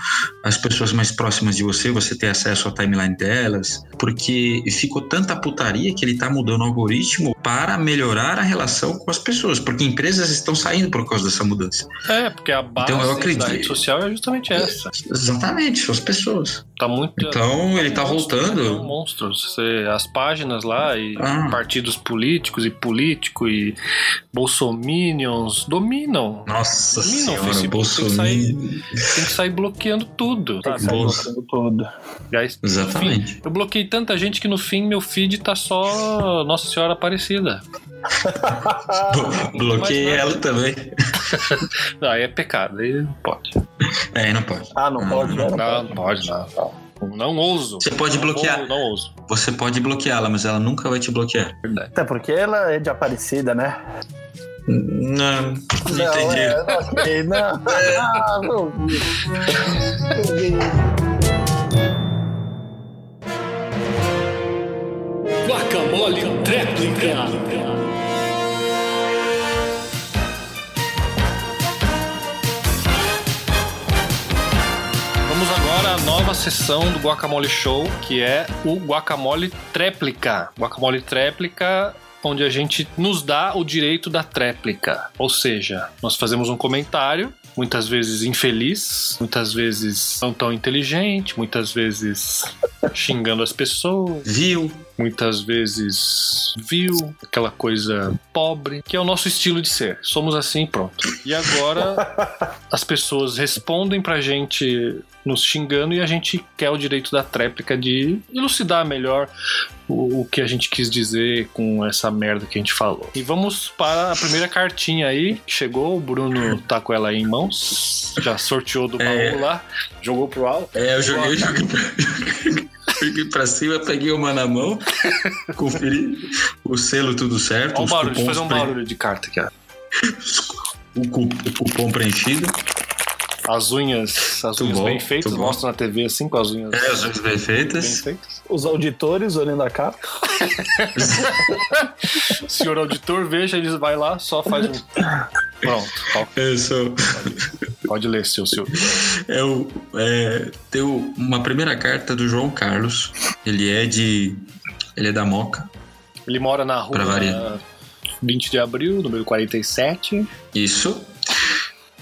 S3: as pessoas mais próximas de você, você ter acesso à timeline delas, porque ficou tanta putaria que ele está mudando o algoritmo para melhorar a relação com as pessoas, porque empresas estão saindo por causa dessa mudança.
S2: É, porque a base
S3: Então, eu
S2: da
S3: acredito.
S2: rede social é justamente essa.
S3: Exatamente. isso, as pessoas.
S2: Tá muito.
S3: Então ele tá
S2: monstros, né?
S3: voltando.
S2: Monstros. Você- as páginas lá e
S3: Ah.
S2: partidos políticos e político e bolsominions dominam.
S3: Nossa
S2: Ih, não,
S3: senhora,
S2: Facebook tem que sair-
S3: Bolsonaro.
S2: Tem que sair bloqueando tudo.
S1: Tá
S2: sabe?
S3: Bolsa.
S1: saindo todo.
S2: Já es-
S3: Exatamente.
S2: Eu bloqueei tanta gente que no fim meu feed tá só Nossa Senhora Aparecida.
S3: Bo- Bloqueei
S2: Mas não.
S3: ela também.
S2: Não, Aí é pecado, aí não pode.
S3: É, não pode.
S1: Ah, não
S3: Hum.
S1: pode, né?
S2: Não, não pode, não. Não, não ouso.
S3: Você pode
S2: Não
S3: bloquear.
S2: ou- Não, ouso,
S3: Você pode bloqueá-la, mas ela nunca vai te bloquear.
S2: verdade.
S1: Até porque ela é de Aparecida, né?
S3: Não, não entendi. É.
S1: é, não, sei, não, Ah, não,
S2: Guacamole tréplica. Vamos agora à nova sessão do Guacamole Show, que é o Guacamole Tréplica. Guacamole Tréplica, onde a gente nos dá o direito da tréplica. Ou seja, nós fazemos um comentário, muitas vezes infeliz, muitas vezes não tão inteligente, muitas vezes xingando as pessoas,
S3: Viu?
S2: muitas vezes viu, aquela coisa pobre, que é o nosso estilo de ser. Somos assim e pronto. E agora as pessoas respondem pra gente nos xingando e a gente quer o direito da tréplica de elucidar melhor o, o que a gente quis dizer com essa merda que a gente falou. E vamos para a primeira cartinha aí, que chegou, o Bruno tá com ela aí em mãos, já sorteou do baú
S3: É.
S2: lá, jogou pro alto.
S3: É, eu joguei, eu joguei, pra, joguei pra cima, peguei uma na mão, conferi o selo tudo certo.
S2: Olha o
S3: os
S2: barulho, deixa eu
S3: cupons
S2: fazer um
S3: pre-
S2: barulho de carta aqui, ó.
S3: O, cu- o cupom preenchido.
S2: As unhas, as
S3: Muito
S2: unhas
S3: bom,
S2: bem feitas,
S3: muito bom.
S2: mostra na TV assim com as unhas
S3: É, as unhas bem
S2: bem
S3: feitas.
S2: feitas.
S1: Os auditores olhando a capa.
S2: Senhor auditor, veja, ele vai lá, só faz um. Pronto, ó,
S3: Eu sou-
S2: pode ler, seu senhor.
S3: é o- é, tem o- uma primeira carta do João Carlos. Ele é de. Ele é da Moca.
S2: Ele mora na rua
S3: Pra variar.
S2: 20 de abril, número 47.
S3: Isso.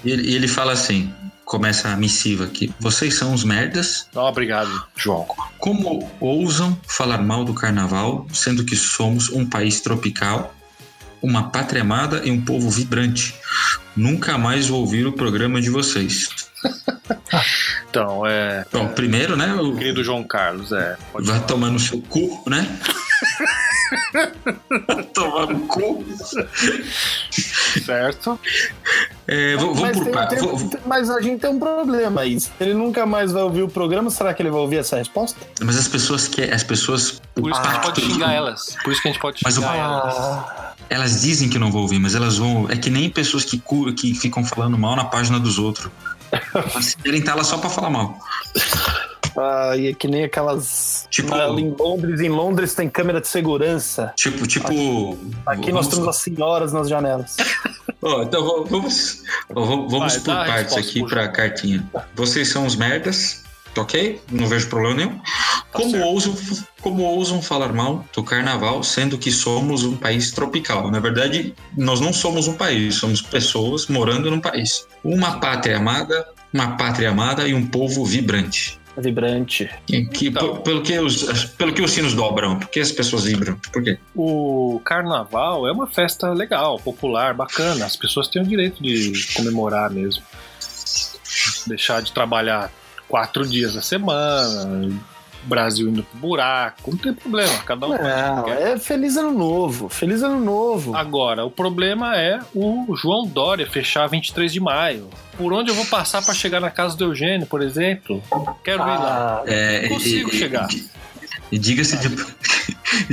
S3: E ele, e ele fala assim: começa a missiva aqui. Vocês são os merdas.
S2: Não, obrigado, João.
S3: Como ousam falar mal do carnaval, sendo que somos um país tropical, uma pátria amada e um povo vibrante? Nunca mais vou ouvir o programa de vocês.
S2: Então, é.
S3: Bom, primeiro, né? o-
S2: Querido João Carlos, é. Pode
S3: Vai tomar no seu cu, né? Vai tomar no cu.
S2: certo.
S3: É, vou, vou
S1: mas,
S3: por
S1: tem- um
S3: pa-
S1: tem-
S3: vou- vou-
S1: mas a gente tem um problema aí. Se ele nunca mais vai ouvir o programa, será que ele vai ouvir essa resposta?
S3: Mas as pessoas que é, as pessoas
S2: Por isso que a gente
S3: Ah,
S2: pode xingar elas. Por isso que a gente pode
S3: Mas o-
S2: xingar elas.
S3: elas dizem que não vão ouvir, mas elas vão. É que nem pessoas que cu- que ficam falando mal na página dos outros. Elas querem estar lá só pra falar mal.
S1: Ah, e é que nem aquelas.
S3: Tipo-
S1: Tipo, em Londres, em Londres tem câmera de segurança.
S3: Tipo, tipo.
S1: Aqui nós temos as senhoras nas janelas.
S3: Ó, então va- vamos, ó, va- vamos
S2: Vai,
S3: por
S2: dá a
S3: partes
S2: resposta,
S3: aqui
S2: por
S3: pra cartinha. Vocês são os merdas, tá ok? Não vejo problema nenhum.
S2: Tá
S3: como, ousam, como ousam falar mal do carnaval, sendo que somos um país tropical? Na verdade, nós não somos um país, somos pessoas morando num país. Uma pátria amada, uma pátria amada e um povo vibrante.
S1: Vibrante.
S3: Que, que-
S2: Então.
S3: pe- pelo, que os, pelo que os sinos dobram, por que as pessoas vibram? Por quê?
S2: O carnaval é uma festa legal, popular, bacana. As pessoas têm o direito de comemorar mesmo. Deixar de trabalhar quatro dias na semana, o Brasil indo pro buraco, não tem problema, cada um.
S1: Não, é feliz ano novo. Feliz ano novo.
S3: Ah,
S2: Agora, o problema é o João Dória fechar 23 de maio. Por onde eu vou passar pra chegar na casa do Eugênio, por exemplo? Quero ir
S1: Ah,
S2: lá.
S3: É,
S2: Consigo chegar.
S3: E diga-se de,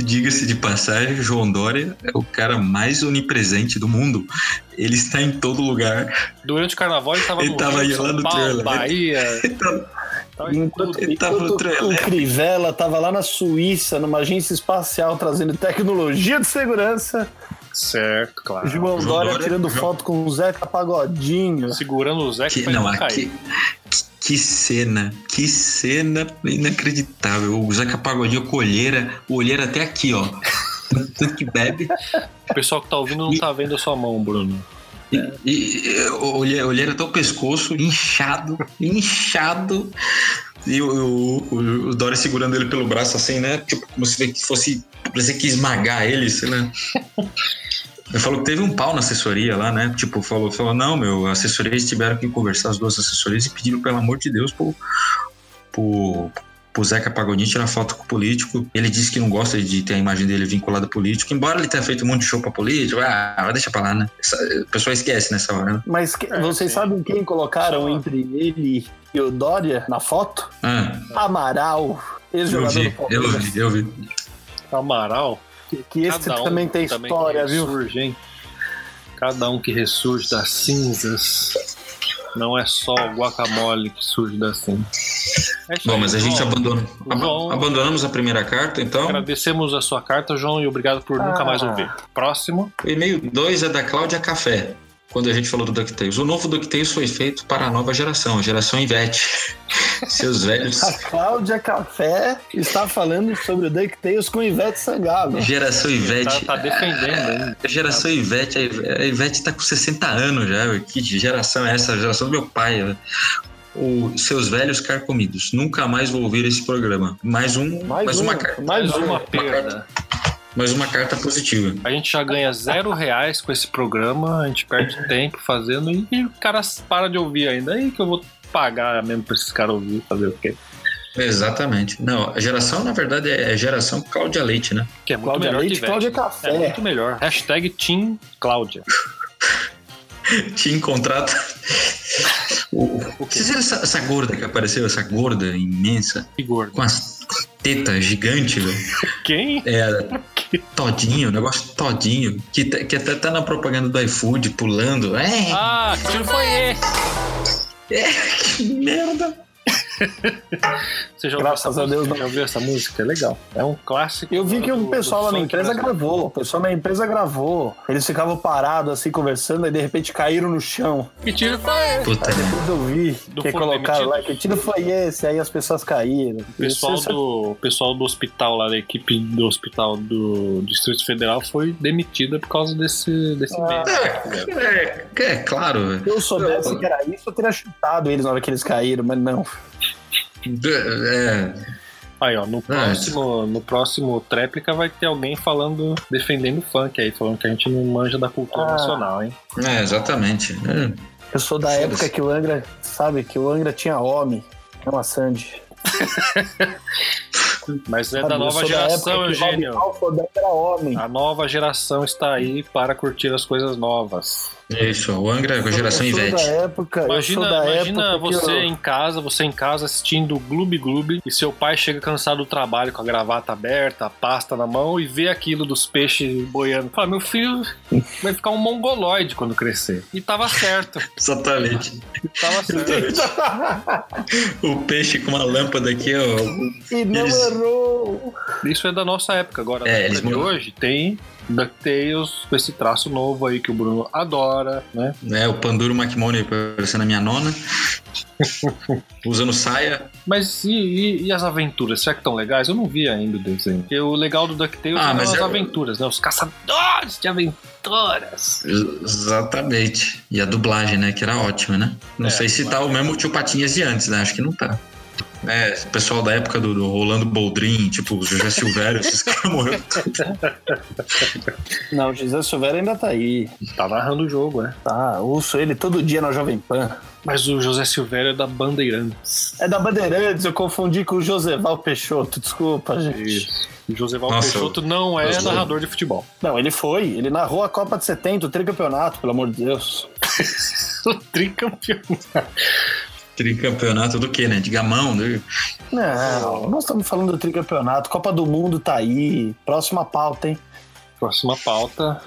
S3: diga-se de passagem, João Dória é o cara mais onipresente do mundo. Ele está em todo lugar.
S2: Durante o carnaval ele tava
S3: Ah. Ele
S2: no Rio,
S3: tava aí lá
S2: São
S3: no
S2: Paulo,
S3: trailer.
S2: Bahia. tava
S3: Então,
S2: em
S1: Enquanto,
S2: tudo.
S3: Ele tava
S1: enquanto
S3: no trailer.
S1: o Crivella tava lá na Suíça, numa agência espacial, trazendo tecnologia de segurança,
S2: Certo, claro.
S1: João,
S3: Ah, João
S1: Dória
S3: Dória-
S1: tirando
S3: João-
S1: foto com o Zeca Pagodinho.
S2: segurando o Zé
S3: que,
S2: pra ele
S3: não,
S2: não
S3: ah,
S2: cair.
S3: que, que- que cena, que cena inacreditável. O Zeca Pagodinho com olheira, o olheira até aqui, ó. Tanto que bebe.
S2: O pessoal que tá ouvindo não tá vendo a sua mão, Bruno.
S3: E, é e- e olheira, olheira até o pescoço, inchado, inchado. E o, o, o Dory segurando ele pelo braço assim, né? Tipo, como se fosse. Parecia que ia esmagar ele, sei lá. Eu falo que teve um pau na assessoria lá, né? Tipo, falou, falou, não, meu, a assessoria eles tiveram que conversar, as duas assessorias, e pediram, pelo amor de Deus, pro, pro, pro Zeca Pagodinho tirar foto com o político. Ele disse que não gosta de ter a imagem dele vinculada ao político, embora ele tenha feito um monte de show pra político, ah, deixa pra lá, né? Essa, o pessoal esquece nessa hora, né?
S1: Mas que- vocês sabem quem colocaram entre ele e o Dória na foto?
S3: Ah,
S1: Amaral,
S3: eu
S1: ex-jogador do
S3: vi, eu
S1: Palmeiras.
S3: vi, eu vi.
S2: Tá Amaral.
S1: Que, que esse
S2: Cada um
S1: também tem
S2: que
S1: história, viu?
S2: ressurge, hein? Cada um que ressurge das cinzas. Não é só o guacamole que surge das cinzas. É isso
S3: Bom,
S2: aí,
S3: mas a gente
S2: João.
S3: abandona, ab-
S2: João.
S3: abandonamos a primeira carta, então.
S2: Agradecemos a sua carta, João, e obrigado por nunca
S1: Ah.
S2: mais ouvir. Próximo.
S3: O e-mail 2 é da Cláudia Café, quando a gente falou do DuckTales. O novo DuckTales foi feito para a nova geração, a geração Ivete. Seus velhos.
S1: A Cláudia Café está falando sobre o DuckTales com Ivete Sangalo.
S3: Geração
S2: Tá,
S3: Ivete.
S2: tá defendendo ainda.
S3: A É Geração Ivete, a Ive- a Ivete tá com 60 anos já. meu. Que geração é essa? A geração do meu pai. né? O, seus velhos carcomidos. Nunca mais vou ouvir esse programa. Mais um. Mais,
S1: Mais,
S3: uma,
S1: uma,
S3: carta.
S1: mais
S2: Mais
S1: uma.
S2: uma perda.
S3: Mais uma carta positiva.
S2: A gente já ganha zero reais com esse programa, a gente perde tempo fazendo e, e o cara para de ouvir ainda. Aí que eu vou pagar mesmo pra esses caras ouvir fazer o quê?
S3: Exatamente. Não, a geração, na verdade, é a geração Cláudia Leite, né?
S2: Que é muito
S1: Cláudia
S2: melhor
S1: Leite,
S2: que
S1: Cláudia
S2: Ivete. É
S1: Café.
S2: muito melhor. Hashtag Team Cláudia.
S3: Te contrata. O- Vocês viram essa, essa gorda que apareceu, essa gorda imensa,
S2: E gordo.
S3: com as tetas gigantes, velho?
S2: Quem?
S3: É, todinho, o negócio todinho, que, tá- que até tá na propaganda do iFood, pulando. É,
S2: Ah, que tiro foi esse?
S3: que merda!
S2: Você já ouviu,
S1: Graças a Deus. não.
S2: já ouviu essa música? É legal. É um clássico.
S1: Eu vi que
S2: do-
S1: o
S2: do
S1: pessoal lá na
S2: funk né?
S1: empresa
S2: brasileiro.
S1: gravou. O pessoal na empresa gravou. Eles ficavam parados assim conversando e de repente caíram no chão.
S2: Que tiro foi esse?
S3: Puta né? merda.
S1: Depois eu vi
S2: Do
S1: que
S2: Fogo
S1: colocaram lá
S2: Demitido?
S1: que tiro foi esse, aí as pessoas caíram.
S2: O pessoal
S1: Isso é-
S2: do, o pessoal do hospital lá, da equipe do hospital do Distrito Federal foi demitida por causa desse, desse
S1: Ah.
S2: meme.
S3: É, é, é claro, velho.
S1: Se eu soubesse que era isso, eu teria chutado eles na hora que eles caíram, mas não.
S3: É,
S2: Aí, ó, no próximo, no próximo tréplica vai ter alguém falando, defendendo o funk aí, falando que a gente não manja da cultura
S1: Ah.
S2: nacional, hein?
S3: é, exatamente. É.
S1: Eu sou da
S3: Foda-se.
S1: época que o Angra, sabe, que o Angra tinha homem. Não a Sandy.
S2: Mas é
S1: Sabe,
S2: da
S1: eu
S2: nova
S1: sou época
S2: geração,
S1: que
S2: Eugênio.
S1: Robin Alford era homem.
S3: Ah,
S2: A nova geração está aí para curtir as coisas novas.
S3: Isso, o Angra é a
S1: Eu
S3: geração
S1: sou
S3: Ivete.
S1: Da época,
S2: Imagina,
S1: eu sou da
S2: imagina
S1: época que
S2: você
S1: eu-
S2: em casa, você em casa assistindo o Gloob Gloob e seu pai chega cansado do trabalho com a gravata aberta, a pasta na mão e vê aquilo dos peixes boiando. Fala, meu filho vai ficar um mongoloide quando crescer. E tava certo,
S3: tá Exatamente.
S2: e tava certo.
S3: O peixe com uma lâmpada aqui, ó.
S1: e não
S3: Eles-
S1: errou.
S2: Isso é da nossa época agora.
S3: É,
S2: na
S3: eles
S2: época de
S3: mudam.
S2: hoje tem DuckTales com esse traço novo aí que o Bruno adora, né?
S3: Né, o Panduro McMoney parecendo a minha nona. Usando saia.
S2: Mas e, e- e as aventuras? Será que estão legais? Eu não vi ainda o desenho. Porque o legal do DuckTales
S3: Ah,
S2: são
S3: mas
S2: as
S3: eu-
S2: aventuras, né? Os caçadores de aventuras.
S3: Ex- Exatamente. E a dublagem, né? Que era ótima, né? Não
S2: É,
S3: sei se tá o mesmo tio Patinhas de antes, né? Acho que não tá. É, o pessoal da época do, do Rolando Boldrin, tipo, o José Silvério, esses caras morreram.
S1: Não, Jesus Silveira ainda tá aí.
S2: Tá narrando o jogo, né?
S1: Tá, ouço ele todo dia na Jovem Pan.
S2: Mas o José Silvério é da Bandeirantes.
S1: É da Bandeirantes, eu confundi com o Joseval Peixoto, desculpa, gente.
S2: Isso. O Joseval
S3: Nossa,
S2: Peixoto não é
S3: eu-
S2: narrador de futebol.
S1: Não, ele foi, ele narrou a Copa de 70, o tricampeonato, pelo amor de Deus.
S2: O tricampeão.
S3: Tricampeonato do quê, né? De gamão, né?
S1: Não, nós estamos falando do tricampeonato, Copa do Mundo tá aí, próxima pauta, hein?
S2: Próxima pauta.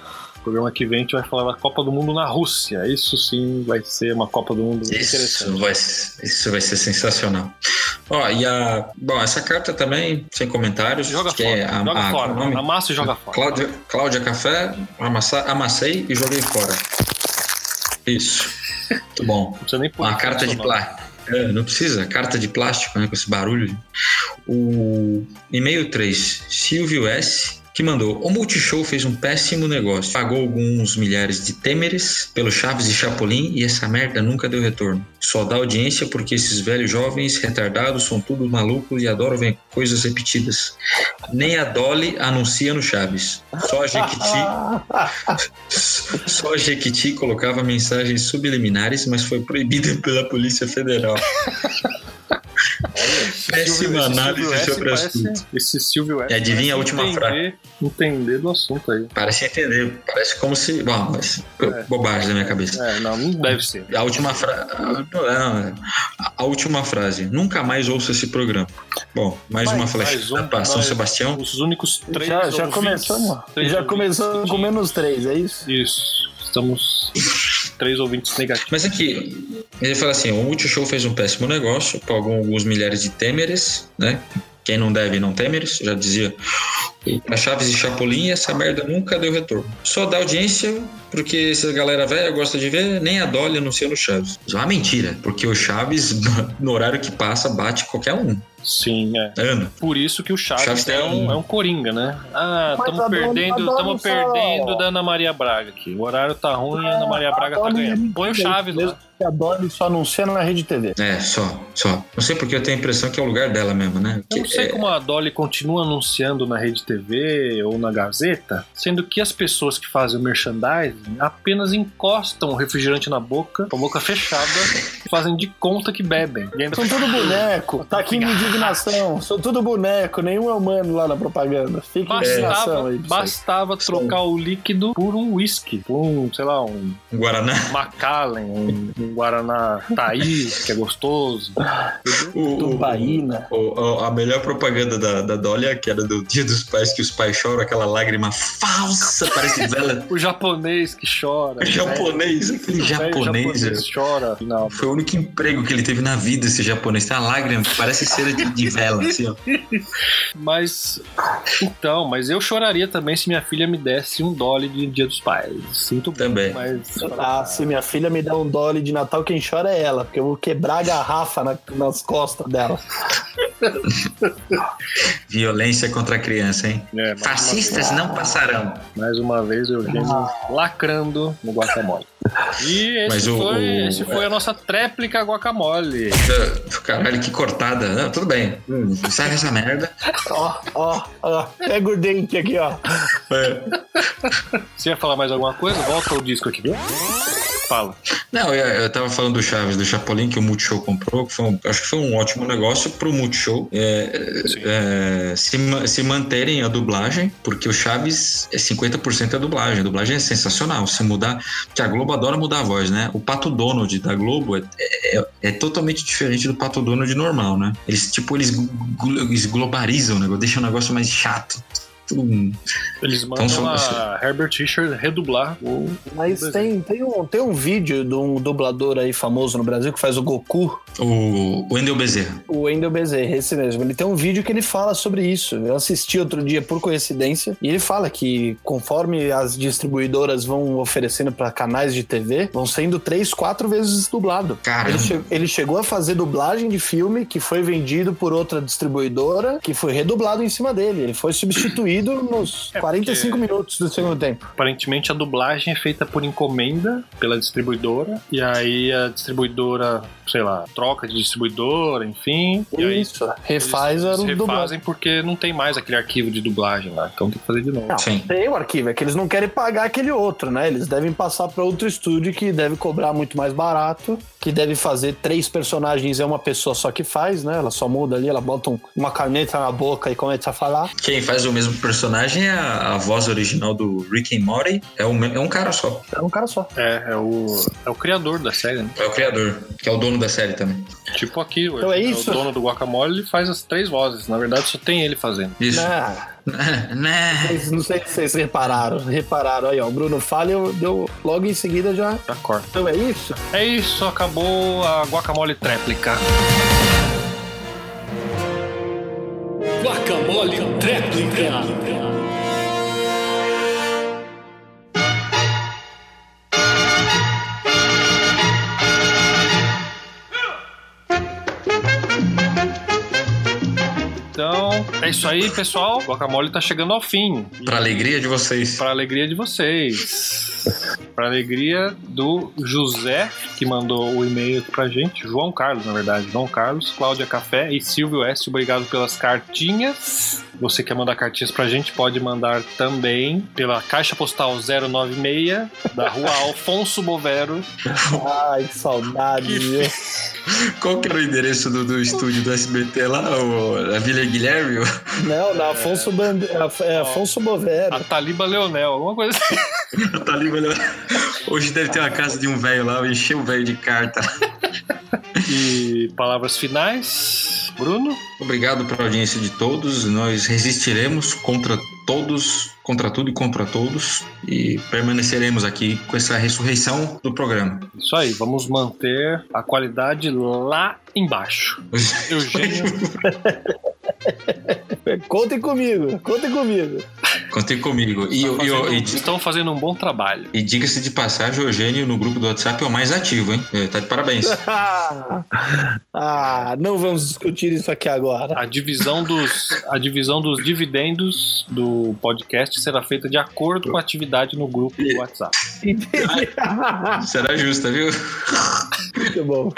S2: Programa que vem a gente vai falar da Copa do Mundo na Rússia. Isso sim vai ser uma Copa do Mundo
S3: Isso
S2: interessante.
S3: vai, ser- isso vai ser sensacional. Ó, e a. Bom, essa carta também, sem comentários.
S2: Joga
S3: que
S2: fora.
S3: é a,
S2: joga fora.
S3: a- qual é o nome?
S2: Amassa e joga fora.
S3: Cláudia, Cláudia Café, amassa- amassei e joguei fora. Isso. Muito bom.
S2: Não precisa nem pôr
S3: Uma
S2: isso
S3: carta
S2: no
S3: de
S2: nome.
S3: plástico. É, não precisa, carta de plástico, né? Com esse barulho. O e-mail 3, Silvio S. que mandou: O Multishow fez um péssimo negócio. Pagou alguns milhares de Temeres pelo Chaves e Chapolin e essa merda nunca deu retorno. Só dá audiência porque esses velhos jovens retardados são tudo malucos e adoram ver coisas repetidas. Nem a Dolly anuncia no Chaves. Só a Jequiti, só a Jequiti colocava mensagens subliminares, mas foi proibida pela Polícia Federal. Péssima análise sobre o assunto.
S2: Esse Silvio S.
S3: E adivinha a
S2: parece
S3: última
S2: entender, entender do assunto aí.
S3: Parece entender, parece como se. Bom, mas bobagem na minha cabeça.
S2: É, não, não deve ser.
S3: A última frase. A última frase. Nunca mais ouça esse programa. Bom, mais uma
S2: mais
S3: flecha
S2: um,
S3: para São
S2: mais-
S3: Sebastião.
S2: Os únicos três.
S1: Já, já
S2: ouvintes-
S1: começamos.
S2: três
S1: já
S2: ouvintes
S1: começamos com
S2: de-
S1: menos três, é isso?
S2: Isso. Estamos três ouvintes negativos.
S3: Mas aqui, ele fala assim: o Multishow fez um péssimo negócio, pagou alguns milhares de temeres, né? Quem não deve, não temeres, já dizia. A Chaves e Chapolin, essa merda nunca deu retorno. Só dá audiência porque essa galera velha gosta de ver, nem a Dolly anunciando o Chaves. Isso é uma mentira, porque o Chaves, no horário que passa, bate qualquer um.
S2: Sim, é.
S3: Ano.
S2: Por isso que o Chaves,
S3: Chaves
S2: é, um,
S3: tem-
S2: é um coringa, né? Ah,
S1: Mas
S2: estamos
S1: a dona- a
S2: perdendo,
S1: dona
S2: estamos
S1: só-
S2: perdendo da Ana Maria Braga aqui. O horário tá ruim e a Ana Maria Braga tá
S1: dona
S2: ganhando.
S1: é
S2: Põe o Chaves
S1: mesmo
S2: lá.
S1: que a Dolly só anuncia na rede TV.
S3: É, só, só. Não sei porque eu tenho a impressão que é o lugar dela mesmo, né?
S2: Eu não
S3: Que
S2: sei
S3: é-
S2: como a Dolly continua anunciando na Rede TV ou na Gazeta, sendo que as pessoas que fazem o merchandising apenas encostam o refrigerante na boca, com a boca fechada, e fazem de conta que bebem. E ainda
S1: São tudo boneco. Tá aqui minha indignação. São tudo boneco. Nenhum é humano lá na propaganda. Fica indignação
S2: Bastava,
S1: É, aí. pra vocês.
S2: bastava trocar o líquido por um whisky, por um, sei lá, um
S3: Um Guaraná.
S2: Macallen, um, um Guaraná Thaís, que é gostoso.
S3: O, o-
S1: Tubaína.
S3: o- o- a melhor propaganda da, da Dolly é aquela do Dia dos Pais que os pais choram, aquela lágrima falsa, parece vela.
S2: O japonês que chora.
S3: japonês, aquele
S2: O velho
S3: japonês.
S2: japonês chora. Não,
S3: Foi o único emprego que ele teve na vida, esse japonês. Tem uma lágrima, que parece cera de, de vela, assim, ó.
S2: Mas. Então, mas eu choraria também se minha filha me desse um Dolly de Dia dos Pais. Sinto bem,
S3: Também.
S2: mas.
S1: Ah, se minha filha me der um Dolly de Natal, quem chora é ela, porque eu vou quebrar a garrafa na- nas costas dela.
S3: Violência contra a criança, hein?
S2: É, mais uma
S3: Fascistas não passarão.
S2: vez- Mais uma vez, Eugênio lacrando no guacamole. E esse,
S3: Mas o-
S2: foi,
S3: o-
S2: esse foi a nossa tréplica guacamole.
S3: Ah, Caralho, que cortada. Não, tudo bem. Hum, Sai dessa merda.
S1: Ó, ó, ó. Pega o dente aqui, ó.
S2: É. Você ia falar mais alguma coisa? Volta o disco aqui. Fala.
S3: Não, eu, eu tava falando do Chaves, do Chapolin, que o Multishow comprou, que foi um- acho que foi um ótimo negócio pro Multishow é,
S2: Sim.
S3: é, se, ma- se manterem a dublagem, porque o Chaves é 50% a dublagem. A dublagem é sensacional. Se mudar, que a Globo adora mudar a voz, né? O Pato Donald da Globo é, é- é totalmente diferente do Pato Donald normal, né? Eles, tipo, eles, glo- glo- eles globalizam o negócio, deixam o negócio mais chato. Tudo-
S2: Eles mandam
S3: Então,
S2: a Herbert Fisher redublar o.
S1: Mas
S2: Pois é.
S1: tem, tem, um, tem um vídeo de um dublador aí famoso no Brasil que faz o Goku,
S3: O Wendel Bezerra.
S1: o Wendel Bezerra, esse mesmo. Ele tem um vídeo que ele fala sobre isso. Eu assisti outro dia por coincidência e ele fala que conforme as distribuidoras vão oferecendo para canais de TV, vão sendo três, quatro vezes dublado. Ele,
S3: Caramba.
S1: che- ele chegou a fazer dublagem de filme que foi vendido por outra distribuidora, que foi redublado em cima dele. Ele foi substituído nos
S2: É
S1: 45 minutos do segundo tempo.
S2: Aparentemente a dublagem é feita por encomenda pela distribuidora. E aí a distribuidora, sei lá, troca de distribuidora, enfim. E aí
S1: Isso, refaz um a
S2: eles
S1: dublagem.
S2: refazem porque não tem mais aquele arquivo de dublagem lá. Então tem que fazer de novo.
S1: Não,
S3: Sim.
S1: tem o arquivo, é que eles não querem pagar aquele outro, né? Eles devem passar para outro estúdio que deve cobrar muito mais barato, que deve fazer três personagens é uma pessoa só que faz, né? Ela só muda ali, ela bota um- uma caneta na boca e começa a falar.
S3: Quem faz o mesmo personagem é a, a voz original do Rick and Morty. É um, é um cara só.
S1: É um cara só.
S2: É, é o, é o criador da série, né?
S3: É o criador, que é o dono da série também.
S2: Tipo aqui, o-
S1: Então é
S2: o
S1: isso.
S2: dono do guacamole ele faz as três vozes. Na verdade, só tem ele fazendo.
S3: Isso.
S1: Ah,
S3: Né?
S1: mas não sei se vocês repararam. Repararam aí, ó. O Bruno fala e eu, eu logo em seguida já.
S2: Da cor.
S1: Então é isso?
S2: É isso, acabou a guacamole tréplica.
S7: Guacamole tréplica.
S2: Então, é isso aí, pessoal. O guacamole tá chegando ao fim.
S3: Pra alegria de vocês.
S2: Pra alegria de vocês. Pra alegria do José, que mandou o e-mail aqui pra gente. João Carlos, na verdade. João Carlos, Cláudia Café e Silvio S. Obrigado pelas cartinhas. Você quer mandar cartinhas pra gente, pode mandar também pela Caixa Postal 096 da Rua Alfonso Bovero.
S1: Ai, que saudade. viu?
S3: Qual que era o endereço do, do estúdio do SBT lá? O, a Vila Guilherme?
S1: Não, na Afonso, Bande... Af- é, Afonso Bovero.
S2: A Taliba Leonel, alguma coisa assim.
S3: Tá ali, olha. Hoje deve ter uma casa de um velho lá, eu enchei o velho de carta.
S2: assim. E palavras finais, Bruno.
S3: Obrigado pela audiência de todos. Nós resistiremos contra todos, contra tudo e contra todos. E permaneceremos aqui com essa ressurreição do programa.
S2: Isso aí, vamos manter a qualidade lá embaixo. Eugênio.
S1: Contem comigo, contem comigo.
S3: Contem comigo. E, eu-
S2: Tá
S3: e eu-
S2: fazendo-
S3: e di-
S2: estão fazendo um bom trabalho.
S3: e diga-se de passagem, o Eugênio no grupo do WhatsApp é o mais ativo, hein? É, Tá de parabéns.
S1: Ah, não vamos discutir isso aqui agora.
S2: A divisão dos, a divisão dos dividendos do podcast será feita de acordo com a atividade no grupo do WhatsApp.
S3: Será justa, viu?
S1: Muito bom.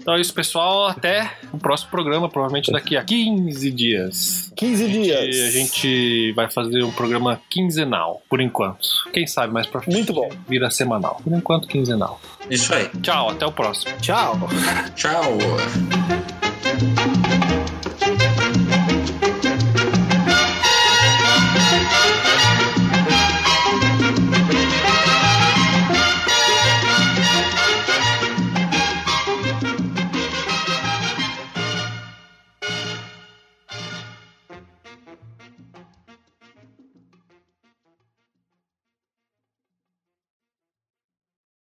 S2: Então é isso, pessoal. Até o próximo programa, provavelmente daqui a 15 dias.
S1: 15 dias.
S2: E a gente vai fazer um programa quinzenal, por enquanto. Quem sabe mais pra frente.
S1: Muito bom.
S2: Vira semanal. Por enquanto, quinzenal.
S3: Isso aí.
S2: Tchau, até o próximo.
S1: Tchau.
S3: Tchau.